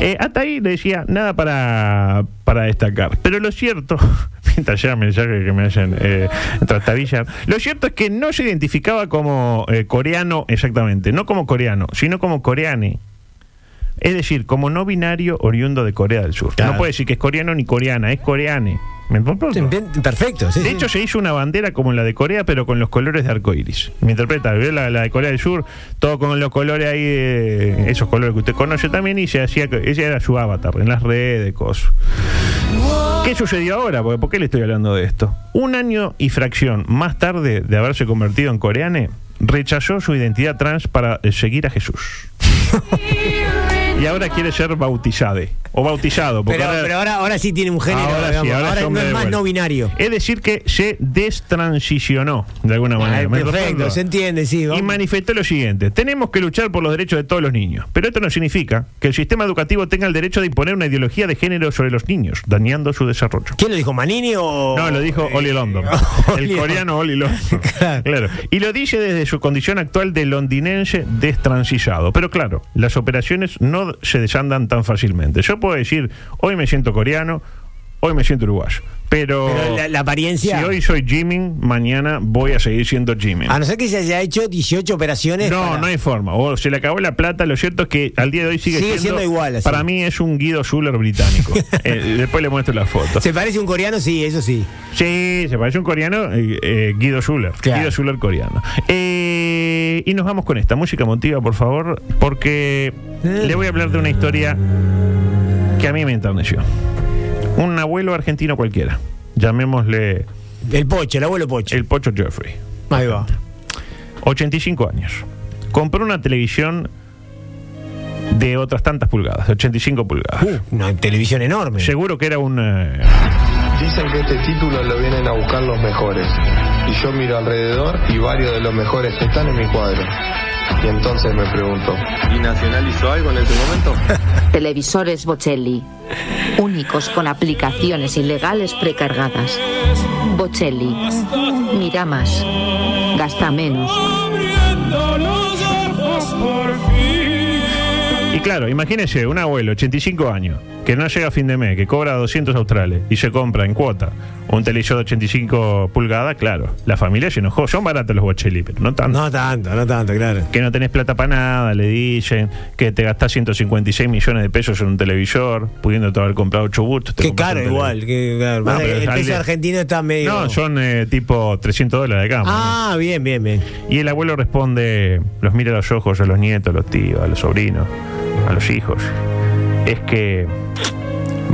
Speaker 9: Eh, hasta ahí le decía nada para, para destacar. Pero lo cierto, mientras llega mensaje que me hacen eh, trastabillar, lo cierto es que no se identificaba como eh, coreano exactamente, no como coreano, sino como coreane. Es decir, como no binario oriundo de Corea del Sur. No puede decir que es coreano ni coreana, es coreane. ¿Me entiendes?
Speaker 10: Perfecto. sí,
Speaker 9: de
Speaker 10: sí.
Speaker 9: hecho, se hizo una bandera como la de Corea, pero con los colores de arcoiris. Me interpreta, ¿vio? La, la de Corea del Sur, todo con los colores ahí, de- esos colores que usted conoce también, y se hacía, que- ella era su avatar en las redes, cosas. ¿Qué sucedió ahora? Porque, ¿Por qué le estoy hablando de esto? Un año y fracción más tarde de haberse convertido en coreane, rechazó su identidad trans para eh, seguir a Jesús. y ahora quiere ser bautizade o bautizado. porque
Speaker 10: Pero, pero ahora, ahora sí tiene un género.
Speaker 9: Ahora, sí,
Speaker 10: digamos.
Speaker 9: ahora,
Speaker 10: Ahora
Speaker 9: es
Speaker 10: no
Speaker 9: hombre
Speaker 10: es
Speaker 9: de
Speaker 10: más
Speaker 9: vuelta.
Speaker 10: no binario.
Speaker 9: Es decir, que se destransicionó de alguna manera. ¿Me
Speaker 10: Ah, perfecto,
Speaker 9: recuerdo?
Speaker 10: se entiende, sí.
Speaker 9: Y manifestó lo siguiente: tenemos que luchar por los derechos de todos los niños. Pero esto no significa que el sistema educativo tenga el derecho de imponer una ideología de género sobre los niños, dañando su desarrollo.
Speaker 10: ¿Quién lo dijo, Manini o...?
Speaker 9: No, lo
Speaker 10: Eh,
Speaker 9: dijo Oli London. El coreano Oli London. claro. Y lo dice desde su condición actual de londinense destrancillado. Pero claro, las operaciones no se desandan tan fácilmente. Yo puedo decir, hoy me siento coreano, hoy me siento uruguayo. Pero,
Speaker 10: Pero la- la apariencia-
Speaker 9: Si hoy soy Jimin, mañana voy a seguir siendo Jimin.
Speaker 10: A Ah, no ser que se haya hecho 18 operaciones.
Speaker 9: No,
Speaker 10: para-
Speaker 9: no hay forma. O se le acabó la plata. Lo cierto es que al día de hoy sigue,
Speaker 10: Sigue siendo igual, así.
Speaker 9: Para mí es un Guido Zuller británico. Eh, después le muestro la foto.
Speaker 10: ¿Se parece un coreano? Sí, eso sí.
Speaker 9: Sí, se parece un coreano, eh, eh, Guido Schuller. Guido Schuller coreano. Eh, y nos vamos con esta música emotiva, por favor, porque le voy a hablar de una historia que a mí me enterneció. Un abuelo argentino cualquiera. Llamémosle.
Speaker 10: El Pocho, el abuelo Pocho.
Speaker 9: El Pocho Jeffrey.
Speaker 10: Ahí va.
Speaker 9: 85 años. Compró una televisión de otras tantas pulgadas, de 85 pulgadas.
Speaker 10: una televisión enorme.
Speaker 9: Seguro que era un. eh,
Speaker 5: Dicen que este título lo vienen a buscar los mejores. Y yo miro alrededor y varios de los mejores están en mi cuadro. Y entonces me pregunto. ¿Y Nacional hizo algo en ese momento?
Speaker 3: Televisores Bocelli. Únicos con aplicaciones ilegales precargadas. Bocelli. Mira más. Gasta menos.
Speaker 9: Y claro, imagínese un abuelo, 85 años, que no llega a fin de mes, que cobra 200 australes y se compra en cuota un televisor de 85 pulgadas, claro, la familia se enojó. Son baratos los Bocelli, pero no tanto.
Speaker 10: No tanto, no tanto, claro.
Speaker 9: Que no tenés plata para nada, le dicen, que te gastás 156 millones de pesos en un televisor, pudiéndote haber comprado 8 bustos. te
Speaker 10: Qué
Speaker 9: compraste
Speaker 10: caro
Speaker 9: un
Speaker 10: igual. Que, claro,
Speaker 9: No,
Speaker 10: pasa
Speaker 9: pero
Speaker 10: que el
Speaker 9: al
Speaker 10: peso
Speaker 9: de-
Speaker 10: argentino está medio...
Speaker 9: No, son eh, tipo 300 dólares de cama.
Speaker 10: ah, bien, bien, bien.
Speaker 9: Y el abuelo responde, los mira a los ojos, a los nietos, a los tíos, a los sobrinos, a los hijos. Es que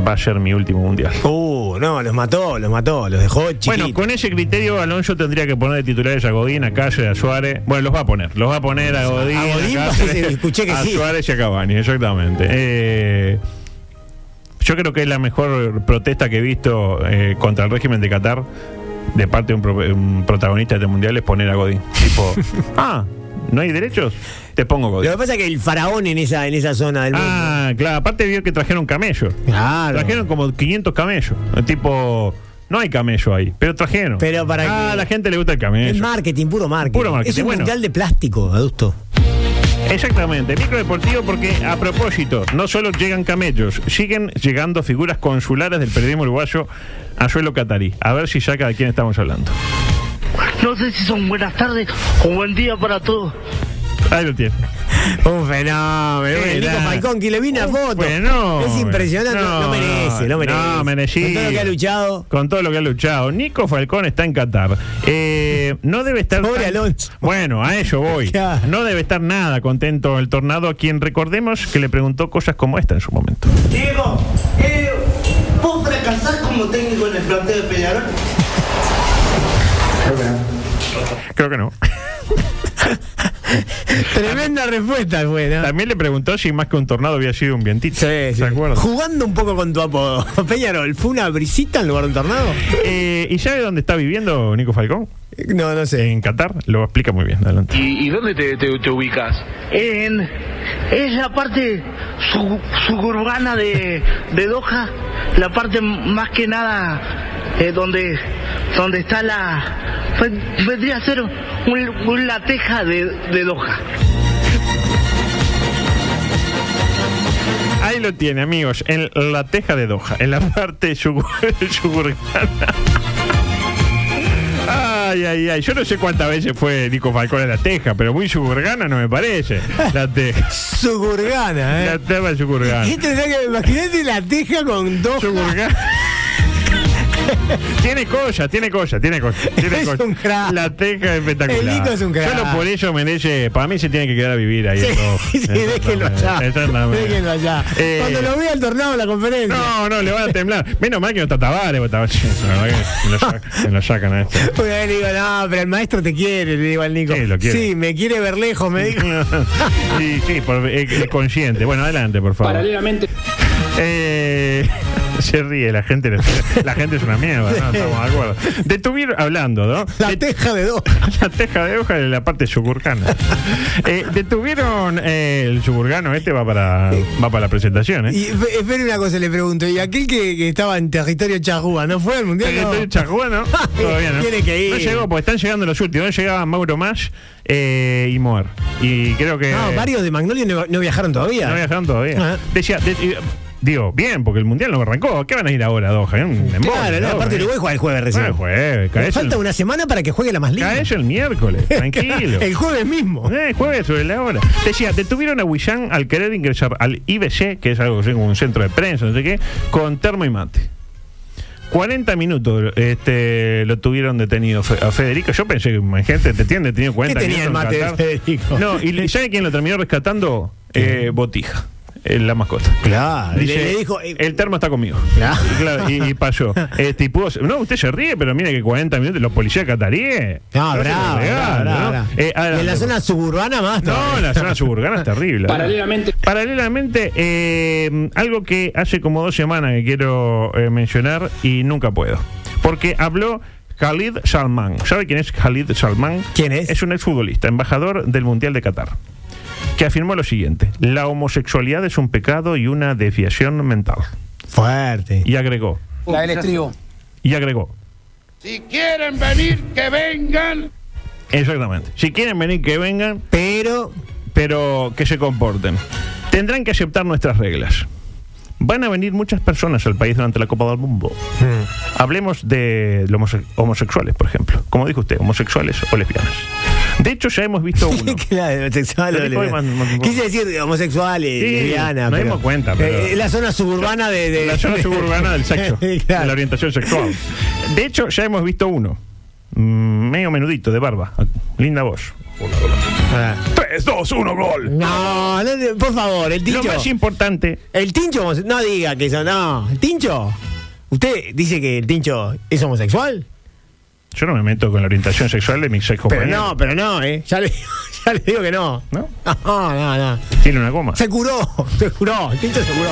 Speaker 9: va a ser mi último mundial.
Speaker 10: Uh, no, los mató, los mató, los dejó chiquitos.
Speaker 9: Bueno, con ese criterio Alonso tendría que poner de titulares a Godín, a Calle, a Suárez. Bueno, los va a poner. Los va a poner a Godín, a,
Speaker 10: Godín
Speaker 9: Cáceres,
Speaker 10: parece, escuché que
Speaker 9: a
Speaker 10: sí.
Speaker 9: Suárez y a Cavani, exactamente. Eh, yo creo que es la mejor protesta que he visto eh, contra el régimen de Qatar de parte de un, pro- un protagonista de este mundial es poner a Godín. Tipo, ah, ¿no hay derechos? Te pongo Godín.
Speaker 10: Lo que pasa es que el faraón en esa, en esa zona del mundo.
Speaker 9: Ah, claro, aparte vio que trajeron camellos.
Speaker 10: Claro.
Speaker 9: Trajeron como 500 camellos. Eh, Tipo, no hay camello ahí, pero trajeron.
Speaker 10: Pero para
Speaker 9: ah, a la gente le gusta el camello.
Speaker 10: Es marketing, puro marketing.
Speaker 9: Puro marketing,
Speaker 10: Es un
Speaker 9: bueno.
Speaker 10: mundial de plástico, adusto.
Speaker 9: Exactamente, micro deportivo porque a propósito, no solo llegan camellos, siguen llegando figuras consulares del periodismo uruguayo a suelo catarí. A ver si saca de quién estamos hablando.
Speaker 1: No sé si son buenas tardes o buen día para todos.
Speaker 9: Ahí lo tiene.
Speaker 10: Un fenómeno.
Speaker 9: Eh,
Speaker 10: Nico
Speaker 9: nah.
Speaker 10: Falcón, que le vi una foto.
Speaker 9: Fenómeno.
Speaker 10: Es impresionante. No, no merece, no merece.
Speaker 9: No, merecido.
Speaker 10: Con todo lo que ha luchado.
Speaker 9: Con todo lo que ha luchado. Nico Falcón está en Qatar. Eh, no debe estar.
Speaker 10: Pobre
Speaker 9: tan-
Speaker 10: Alonso.
Speaker 9: Bueno, a ello voy.
Speaker 10: Claro.
Speaker 9: No debe estar nada contento el tornado, a quien recordemos que le preguntó cosas como esta en su momento.
Speaker 7: Diego, eh, ¿vos fracasás como técnico en el planteo de Peñarol?
Speaker 9: Creo que no.
Speaker 10: Tremenda respuesta, buena.
Speaker 9: También le preguntó si más que un tornado había sido un vientito. Sí, ¿Se acuerda?
Speaker 10: Jugando un poco con tu apodo. Peñarol, ¿fue una brisita en lugar de un tornado?
Speaker 9: Eh, ¿Y sabe dónde está viviendo Nico Falcón? No, no sé. En Qatar lo explica muy bien. Adelante.
Speaker 1: ¿Y, dónde te, ubicas? En, es la parte su- suburbana de, de Doha, la parte más que nada eh, donde, donde está la... ve- Vendría a ser un, un la teja de, de Doha.
Speaker 9: Ahí lo tiene, amigos. En la teja de Doha. En la parte yugu- yugurgana. Ay, ay, ay. Yo no sé cuántas veces fue Nico Falcón a la teja, pero muy suburgana no me parece. La teja.
Speaker 10: Suburgana, ¿eh?
Speaker 9: La teja suburgana.
Speaker 10: Esto es que- Imagínate la teja con dos.
Speaker 9: Tiene cosas, tiene cosas, tiene cosas. Tiene
Speaker 10: Es
Speaker 9: cosas.
Speaker 10: un crack.
Speaker 9: La teja es espectacular.
Speaker 10: El Nico es un crack.
Speaker 9: Solo por ello merece. Para mí se tiene que quedar a vivir ahí.
Speaker 10: Sí,
Speaker 9: en Doha.
Speaker 10: sí, déjenlo allá.
Speaker 9: Exactamente.
Speaker 10: Déjenlo allá.
Speaker 9: Eh,
Speaker 10: Cuando lo vea el tornado de la conferencia.
Speaker 9: No, no, le va a temblar. Menos mal que no está Tabares, porque Tabares, la verdad que lo sac- me lo sacan a este.
Speaker 10: Porque ahí le digo, no, pero el maestro te quiere, le digo al Nico.
Speaker 9: Sí, lo quiere.
Speaker 10: me quiere ver lejos, me dijo.
Speaker 9: Sí, sí, por- eh, eh, consciente. Bueno, adelante, por favor.
Speaker 4: Paralelamente.
Speaker 9: Eh, se ríe, la gente, la gente es una mierda, ¿no? Estamos de acuerdo. Detuvieron, hablando, ¿no?
Speaker 10: La teja de dos.
Speaker 9: La teja de hoja de la parte suburcana. Eh, detuvieron eh, el suburgano, este va para, va para la presentación,
Speaker 10: Y
Speaker 9: ¿eh?
Speaker 10: espe- espere una cosa, le pregunto. ¿Y aquel que, que estaba en territorio charrúa no fue al mundial?
Speaker 9: Territorio charrúa, ¿no? Todavía no.
Speaker 10: Tiene que ir.
Speaker 9: No llegó, porque están llegando los últimos. No llegaban Mauro Mash eh, y Moer. Y creo que.
Speaker 10: No, varios de Magnolia no, no viajaron todavía.
Speaker 9: No viajaron todavía.
Speaker 10: Ah.
Speaker 9: Decía, de- eh, digo, bien, porque el mundial no arrancó. ¿Qué van a ir ahora a Doha? Un embole,
Speaker 10: Claro, no,
Speaker 9: Doha,
Speaker 10: aparte
Speaker 9: eh.
Speaker 10: Uruguay juega el jueves recién.
Speaker 9: Juega el jueves,
Speaker 10: Le
Speaker 9: cae eso
Speaker 10: falta
Speaker 9: el-
Speaker 10: una semana para que juegue la más linda.
Speaker 9: cae eso el miércoles, tranquilo.
Speaker 10: el jueves mismo.
Speaker 9: Eh, jueves sobre la hora. Decía, detuvieron a Willian al querer ingresar al IBC, que es algo así como un centro de prensa, no sé qué, con termo y mate. 40 minutos este, lo tuvieron detenido Fe- a Federico. Yo pensé que mi gente te tiene detenido 40
Speaker 10: tenía el
Speaker 9: minutos. en
Speaker 10: mate de
Speaker 9: Qatar.
Speaker 10: Federico?
Speaker 9: No, y le- ¿sabe quién lo terminó rescatando? Eh, Botija, eh, la mascota.
Speaker 10: Claro.
Speaker 9: Dice,
Speaker 10: le, le dijo, eh, Ah.
Speaker 9: el termo está conmigo.
Speaker 10: Claro.
Speaker 9: Y, claro, y, y pasó. Este, y pudo ser- no, usted se ríe, pero mire que 40 minutos los policías eh. cataríes.
Speaker 10: no,
Speaker 9: se
Speaker 10: bravo,
Speaker 9: lo regalan,
Speaker 10: bravo, bravo,
Speaker 9: ¿no?
Speaker 10: bravo.
Speaker 9: Eh,
Speaker 10: Y en la
Speaker 9: adelante,
Speaker 10: zona suburbana más.
Speaker 9: no, la zona suburbana es terrible.
Speaker 4: Paralelamente.
Speaker 9: Paralelamente, eh, algo que hace como dos semanas que quiero eh, mencionar y nunca puedo. Porque habló Khalid Salman. ¿Sabe quién es Khalid Salman?
Speaker 10: ¿Quién es?
Speaker 9: Es un exfutbolista, embajador del Mundial de Qatar. Que afirmó lo siguiente: la homosexualidad es un pecado y una desviación mental.
Speaker 10: Fuerte.
Speaker 9: Y agregó.
Speaker 4: La del estribo.
Speaker 9: Y agregó.
Speaker 8: Si quieren venir, que vengan.
Speaker 9: Exactamente. Si quieren venir, que vengan,
Speaker 10: Pero
Speaker 9: pero que se comporten. Tendrán que aceptar nuestras reglas. Van a venir muchas personas al país durante la Copa del Mundo.
Speaker 10: Hmm.
Speaker 9: Hablemos de los homose- homosexuales, por ejemplo. Como dijo usted, homosexuales o lesbianas. De hecho, ya hemos visto uno.
Speaker 10: que la de homosexual,
Speaker 9: Lo dijo
Speaker 10: le-
Speaker 9: Eman- Eman-
Speaker 10: Quise decir homosexuales,
Speaker 9: Sí,
Speaker 10: lesbiana.
Speaker 9: nos
Speaker 10: pero-
Speaker 9: dimos cuenta, pero-
Speaker 10: Eh, eh, la zona suburbana de. de-
Speaker 9: la zona suburbana del sexo, de la orientación sexual. De hecho, ya hemos visto uno. Mm, medio menudito, de barba. Linda voz. 3, 2, 1, gol.
Speaker 10: No, no, no, por favor, el
Speaker 9: Lo
Speaker 10: tincho.
Speaker 9: más importante
Speaker 10: El tincho, homose- no diga que eso, no. El tincho. ¿Usted dice que el tincho es homosexual?
Speaker 9: Yo no me meto con la orientación sexual de mis ex
Speaker 10: Pero
Speaker 9: compañeros.
Speaker 10: no, pero no, ¿eh? Ya le, ya le digo que no.
Speaker 9: ¿No?
Speaker 10: No, no, no.
Speaker 9: Tiene una goma.
Speaker 10: Se curó, se curó. El tincho se curó.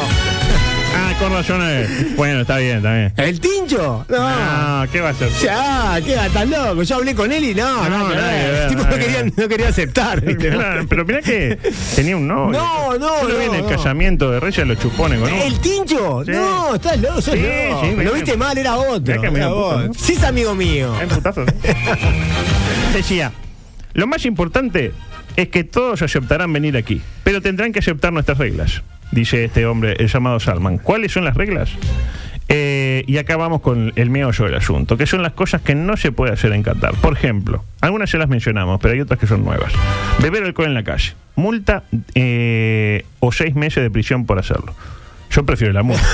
Speaker 9: Ah, con razones. Bueno, está bien, está bien.
Speaker 10: ¿El tincho? No.
Speaker 9: Ah, ¿qué va a ser?
Speaker 10: Ya, queda tan loco. Yo hablé con él y no, no,
Speaker 9: No,
Speaker 10: no.
Speaker 9: nada que ver,
Speaker 10: El tipo
Speaker 9: nada
Speaker 10: no
Speaker 9: que
Speaker 10: quería,
Speaker 9: ver.
Speaker 10: no quería aceptar. ¿viste?
Speaker 9: Claro, pero mirá que tenía un novio.
Speaker 10: No, no,
Speaker 9: Yo lo vi
Speaker 10: no,
Speaker 9: en el
Speaker 10: no.
Speaker 9: casamiento de Reyes los chupones con uno.
Speaker 10: ¿El tincho?
Speaker 9: Sí.
Speaker 10: No, estás loco. sos
Speaker 9: Sí,
Speaker 10: loco.
Speaker 9: sí,
Speaker 10: Lo
Speaker 9: me-
Speaker 10: viste mal, era
Speaker 9: Mirá
Speaker 10: otro.
Speaker 9: que me
Speaker 10: era
Speaker 9: dio puta,
Speaker 10: vos.
Speaker 9: ¿no?
Speaker 10: Sí, es amigo mío.
Speaker 9: Hay putazos, ¿eh? Decía, lo más importante es que todos aceptarán venir aquí, pero tendrán que aceptar nuestras reglas, dice este hombre el llamado Salman. ¿Cuáles son las reglas? Eh, y acá vamos con el meollo del asunto, que son las cosas que no se puede hacer en Qatar. Por ejemplo, algunas ya las mencionamos, pero hay otras que son nuevas. Beber alcohol en la calle, multa eh, o seis meses de prisión por hacerlo. Yo prefiero la multa.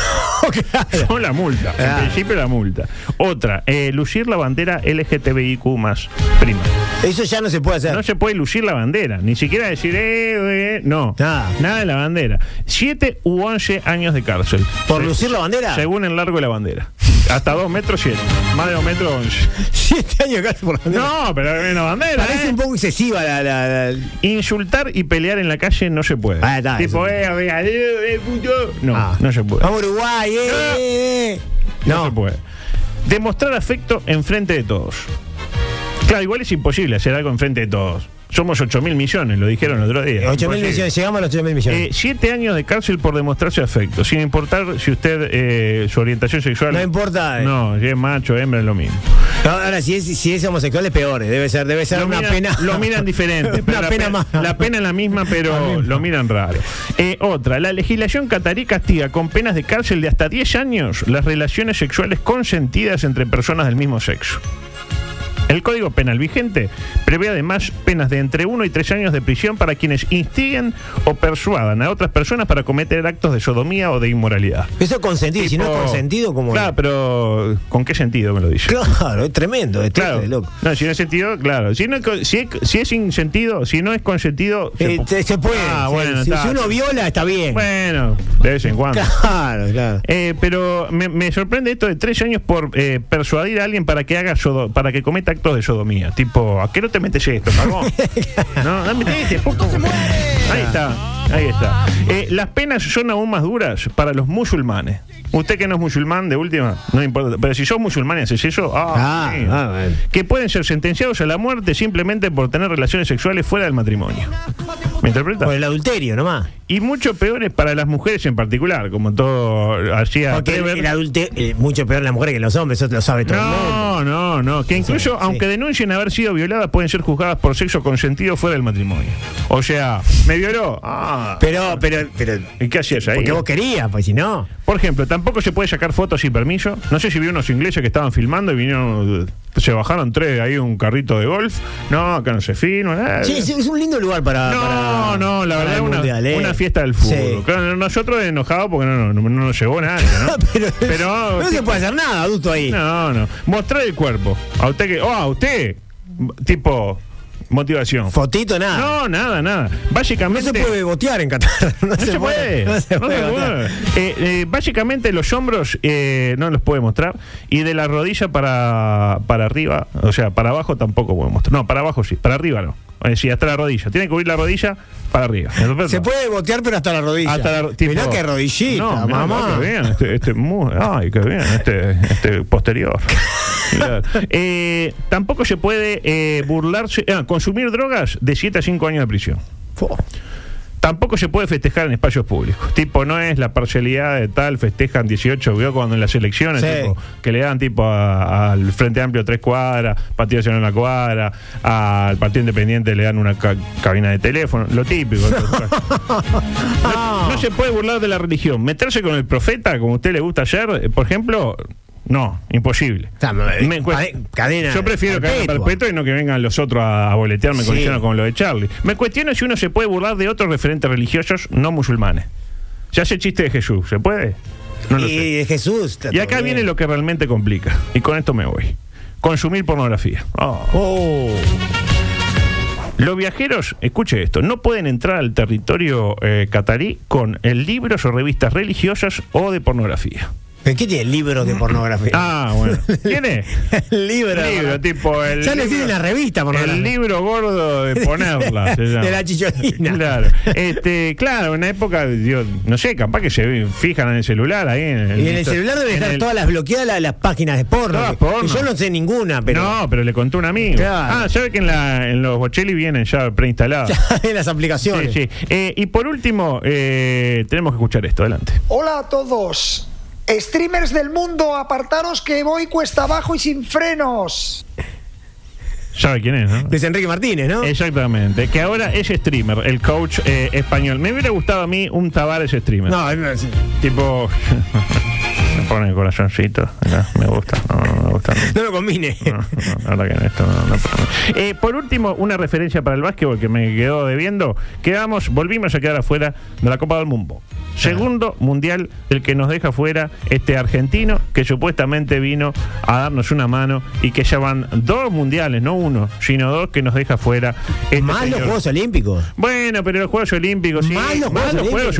Speaker 9: Son la multa. En principio la multa. Otra, eh, lucir la bandera LGTBIQ más prima.
Speaker 10: Eso ya no se puede hacer.
Speaker 9: No se puede lucir la bandera, ni siquiera decir, eh, eh, no.
Speaker 10: Nada.
Speaker 9: Nada de la bandera. Siete u once años de cárcel.
Speaker 10: ¿Por
Speaker 9: Se-
Speaker 10: lucir la bandera?
Speaker 9: Según el largo de la bandera. Hasta dos metros siete. Más de dos metros once.
Speaker 10: Siete años casi por la bandera.
Speaker 9: No, pero es una bandera.
Speaker 10: Parece
Speaker 9: eh.
Speaker 10: un poco excesiva la. la- la- la-
Speaker 9: Insultar y pelear en la calle no se puede.
Speaker 10: Ah, está,
Speaker 9: tipo,
Speaker 10: eso.
Speaker 9: eh, oiga, eh, eh, puto. No,
Speaker 10: Ah.
Speaker 9: no se puede.
Speaker 10: Vamos a Uruguay, eh, eh, eh.
Speaker 9: No, se puede. Demostrar afecto en frente de todos. Claro, igual es imposible hacer algo enfrente de todos. Somos 8 mil millones, lo dijeron el otro día.
Speaker 10: 8 mil
Speaker 9: Imposible.
Speaker 10: millones, llegamos a los 8 mil millones.
Speaker 9: Eh, siete años de cárcel por demostrar su afecto, sin importar si usted, eh, su orientación sexual.
Speaker 10: No importa, eh.
Speaker 9: No, si es macho, hembra, es lo mismo.
Speaker 10: No, ahora, si es, si es homosexual es peor, eh, debe ser, debe ser
Speaker 9: Lo
Speaker 10: una
Speaker 9: miran-
Speaker 10: pena.
Speaker 9: Lo miran diferente. pero
Speaker 10: una
Speaker 9: la
Speaker 10: pena
Speaker 9: pe-
Speaker 10: más.
Speaker 9: La pena es la misma, pero lo miran raro. Eh, otra, la legislación catarí castiga con penas de cárcel de hasta 10 años las relaciones sexuales consentidas entre personas del mismo sexo. El Código Penal vigente prevé además penas de entre 1 y 3 años de prisión para quienes instiguen o persuadan a otras personas para cometer actos de sodomía o de inmoralidad.
Speaker 10: Eso es consentido, y si no es
Speaker 9: Tipo-
Speaker 10: consentido, como.
Speaker 9: Claro, pero ¿con qué sentido me lo dice?
Speaker 10: Claro, es tremendo, es
Speaker 9: Claro.
Speaker 10: tremendo, loco.
Speaker 9: No, si no es sentido, claro. Si, no es co- si, es, si es sin sentido, si no es consentido.
Speaker 10: Eh, te- se puede.
Speaker 9: Ah,
Speaker 10: Se-
Speaker 9: bueno,
Speaker 10: si,
Speaker 9: está.
Speaker 10: si uno viola, está bien.
Speaker 9: Bueno, de vez en cuando.
Speaker 10: Claro, claro.
Speaker 9: Eh, pero me, me sorprende esto de tres años por eh, persuadir a alguien para que haga sodo- para que cometa actos de sodomía. Tipo, ¿a qué no te metes esto, cagón? no, dame este, poco. Ahí está, ahí está. Eh, las penas son aún más duras para los musulmanes. Usted que no es musulmán, de última, no importa. Pero si sos musulmán y haces eso, ah,
Speaker 10: Ah,
Speaker 9: sí.
Speaker 10: ah, bueno.
Speaker 9: que pueden ser sentenciados a la muerte simplemente por tener relaciones sexuales fuera del matrimonio. ¿Me interpreta?
Speaker 10: Por el adulterio nomás.
Speaker 9: Y mucho peor es para las mujeres en particular, como todo hacía
Speaker 10: Porque el,
Speaker 9: Trevor.
Speaker 10: el adulte- eh, mucho peor la mujer que los hombres, eso lo sabe todo el mundo.
Speaker 9: No, no, no. Que incluso, aunque denuncien haber sido violadas, pueden ser juzgadas por sexo consentido fuera del matrimonio. O sea, ¿me violó? Ah.
Speaker 10: Pero, pero, pero.
Speaker 9: ¿Y qué hacías ahí?
Speaker 10: Porque vos querías, pues si no.
Speaker 9: Por ejemplo, tampoco se puede sacar fotos sin permiso. No sé si vi unos ingleses que estaban filmando y vinieron. Se bajaron tres ahí un carrito de golf. No, acá no se filma. eh.
Speaker 10: Sí, sí, es un lindo lugar para.
Speaker 9: No,
Speaker 10: para-
Speaker 9: no, la
Speaker 10: para
Speaker 9: verdad es
Speaker 10: el
Speaker 9: una,
Speaker 10: mundial, eh.
Speaker 9: una fiesta del fútbol.
Speaker 10: Sí.
Speaker 9: Claro, nosotros enojados porque no, no- no nos llegó nada, ¿no?
Speaker 10: pero,
Speaker 9: Pero-
Speaker 10: no se puede hacer nada, adulto ahí.
Speaker 9: No, no. Mostrar el cuerpo. A usted que. Oh, a usted. M- Tipo. Motivación.
Speaker 10: Fotito, nada.
Speaker 9: No, nada, nada.
Speaker 10: No
Speaker 9: Básicamente.
Speaker 10: se puede botear en Qatar. No,
Speaker 9: No se puede.
Speaker 10: No se puede. botear.
Speaker 9: Eh, eh, básicamente los hombros eh, no los puede mostrar y de la rodilla para, para arriba, o sea, para abajo tampoco puede mostrar. No, para abajo sí, para arriba no. Es decir, hasta la rodilla. Tiene que cubrir la rodilla para arriba.
Speaker 10: Se puede botear, pero hasta la rodilla.
Speaker 9: Hasta la, tipo-
Speaker 10: Mirá que rodillita,
Speaker 9: No, mirá,
Speaker 10: mamá.
Speaker 9: Qué bien, este, este mu- ay, qué bien, este, este posterior. Mirá. Eh, tampoco se puede eh, burlarse, ah, consumir drogas de 7 a 5 años de prisión.
Speaker 10: Fo.
Speaker 9: Tampoco se puede festejar en espacios públicos. Tipo, no es la parcialidad de tal, festejan 18, vio cuando en las elecciones,
Speaker 10: Sí.
Speaker 9: tipo, que le dan tipo a- al Frente Amplio tres cuadras, Partido Nacional una cuadra, al Partido Independiente le dan una ca- cabina de teléfono, lo típico. No se puede burlar de la religión. Meterse con el profeta, como a usted le gusta ayer, eh, por ejemplo, no, imposible.
Speaker 10: Está, me-
Speaker 9: Me cuest-
Speaker 10: cade- cadena
Speaker 9: Yo prefiero que hagan
Speaker 10: perpetua.
Speaker 9: perpetua y no que vengan los otros a, a boletearme
Speaker 10: Sí.
Speaker 9: con con lo de Charlie. Me cuestiono si uno se puede burlar de otros referentes religiosos no musulmanes. Se hace chiste de Jesús, ¿se puede? No lo sé.
Speaker 10: Y Jesús. está
Speaker 9: Y
Speaker 10: todo
Speaker 9: acá
Speaker 10: bien.
Speaker 9: viene lo que realmente complica. Y con esto me voy. Consumir pornografía. Oh. Los viajeros, escuche esto, no pueden entrar al territorio eh, catarí con eh, libros o revistas religiosas o de pornografía.
Speaker 10: ¿Pero ¿Qué tiene libros de pornografía?
Speaker 9: Ah, bueno. ¿Quién es?
Speaker 10: el libro. de
Speaker 9: libro,
Speaker 10: porno-
Speaker 9: tipo el
Speaker 10: ya lo
Speaker 9: libro-
Speaker 10: tiene en la revista, pornografía.
Speaker 9: El libro gordo de ponerla. se llama.
Speaker 10: de la chichonina.
Speaker 9: Claro, este, claro, en una época, digo, no sé, capaz que se ve- fijan en el celular ahí. En el,
Speaker 10: Y en el celular deben
Speaker 9: en
Speaker 10: estar
Speaker 9: el-
Speaker 10: todas las bloqueadas la- las páginas de porno.
Speaker 9: Todas
Speaker 10: que-
Speaker 9: porno.
Speaker 10: que yo no sé ninguna, pero.
Speaker 9: No, pero le contó un amigo.
Speaker 10: Claro.
Speaker 9: Ah, sabe que en, la- en los Bocelli vienen ya preinstalados.
Speaker 10: en las
Speaker 9: Sí,
Speaker 10: aplicaciones.
Speaker 9: sí. Eh, y por último, eh, tenemos que escuchar esto. Adelante.
Speaker 10: Oh.
Speaker 15: Hola a todos. Streamers del mundo, apartaros que voy cuesta abajo y sin frenos.
Speaker 9: ¿Sabe quién es, no?
Speaker 10: Luis Enrique Martínez, ¿no?
Speaker 9: Exactamente. Que ahora es streamer, el coach eh, español. Me hubiera gustado a mí un Tavares streamer.
Speaker 10: No, es-
Speaker 9: Tipo. me pone el corazoncito. acá, Me gusta. No, no, me gusta.
Speaker 10: no lo combine.
Speaker 9: No, no, la verdad que no, esto no- no podemos. Eh, por último, una referencia para el básquetbol que me quedó debiendo. Quedamos, volvimos a quedar afuera de la Copa del Mundo. Segundo mundial del que nos deja fuera este argentino que supuestamente vino a darnos una mano y que ya van dos mundiales, no uno, sino dos que nos deja fuera. este
Speaker 10: Más los
Speaker 9: señor.
Speaker 10: Juegos Olímpicos.
Speaker 9: Bueno, pero los Juegos Olímpicos, sí.
Speaker 10: Más los
Speaker 9: Más
Speaker 10: Juegos
Speaker 9: los Juegos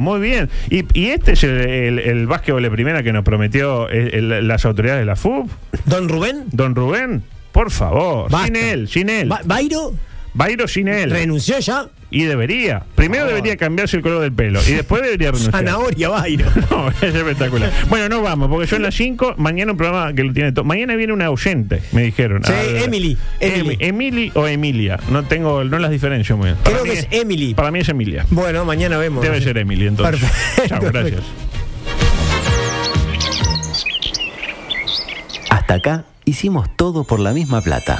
Speaker 9: Olímpicos, muy bien. Y, y este es el, el, el básquetbol de primera que nos prometió eh, el- las autoridades de la FUB.
Speaker 10: Don Rubén.
Speaker 9: Don Rubén, por favor,
Speaker 10: Basta.
Speaker 9: sin él, sin él.
Speaker 10: Ba- Bairo.
Speaker 9: Vairo sin él.
Speaker 10: ¿Renunció ya?
Speaker 9: Y debería. Primero debería cambiarse el color del pelo. Y después debería renunciar.
Speaker 10: Zanahoria, Vairo.
Speaker 9: No, es espectacular. Bueno, no vamos, porque yo en las 5, mañana un programa que lo tiene todo. Mañana viene una oyente, me dijeron.
Speaker 10: Sí,
Speaker 9: Al-
Speaker 10: Emily, Emily.
Speaker 9: Em- Emily o Emilia. No tengo, no las diferencio muy bien. Para
Speaker 10: Creo
Speaker 9: mí
Speaker 10: que es Emily.
Speaker 9: Para mí es Emilia.
Speaker 10: Bueno, mañana vemos.
Speaker 9: Debe ser Emily, entonces.
Speaker 10: Perfecto.
Speaker 9: Chao, gracias.
Speaker 6: Hasta acá hicimos todo por la misma plata.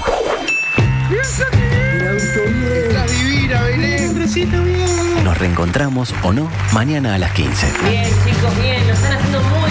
Speaker 16: Estás divina, Belén. bien.
Speaker 6: Nos reencontramos o no mañana a las 15.
Speaker 17: Bien, chicos, bien, lo están haciendo muy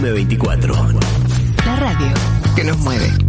Speaker 6: M24.
Speaker 3: La radio.
Speaker 6: Que nos mueve.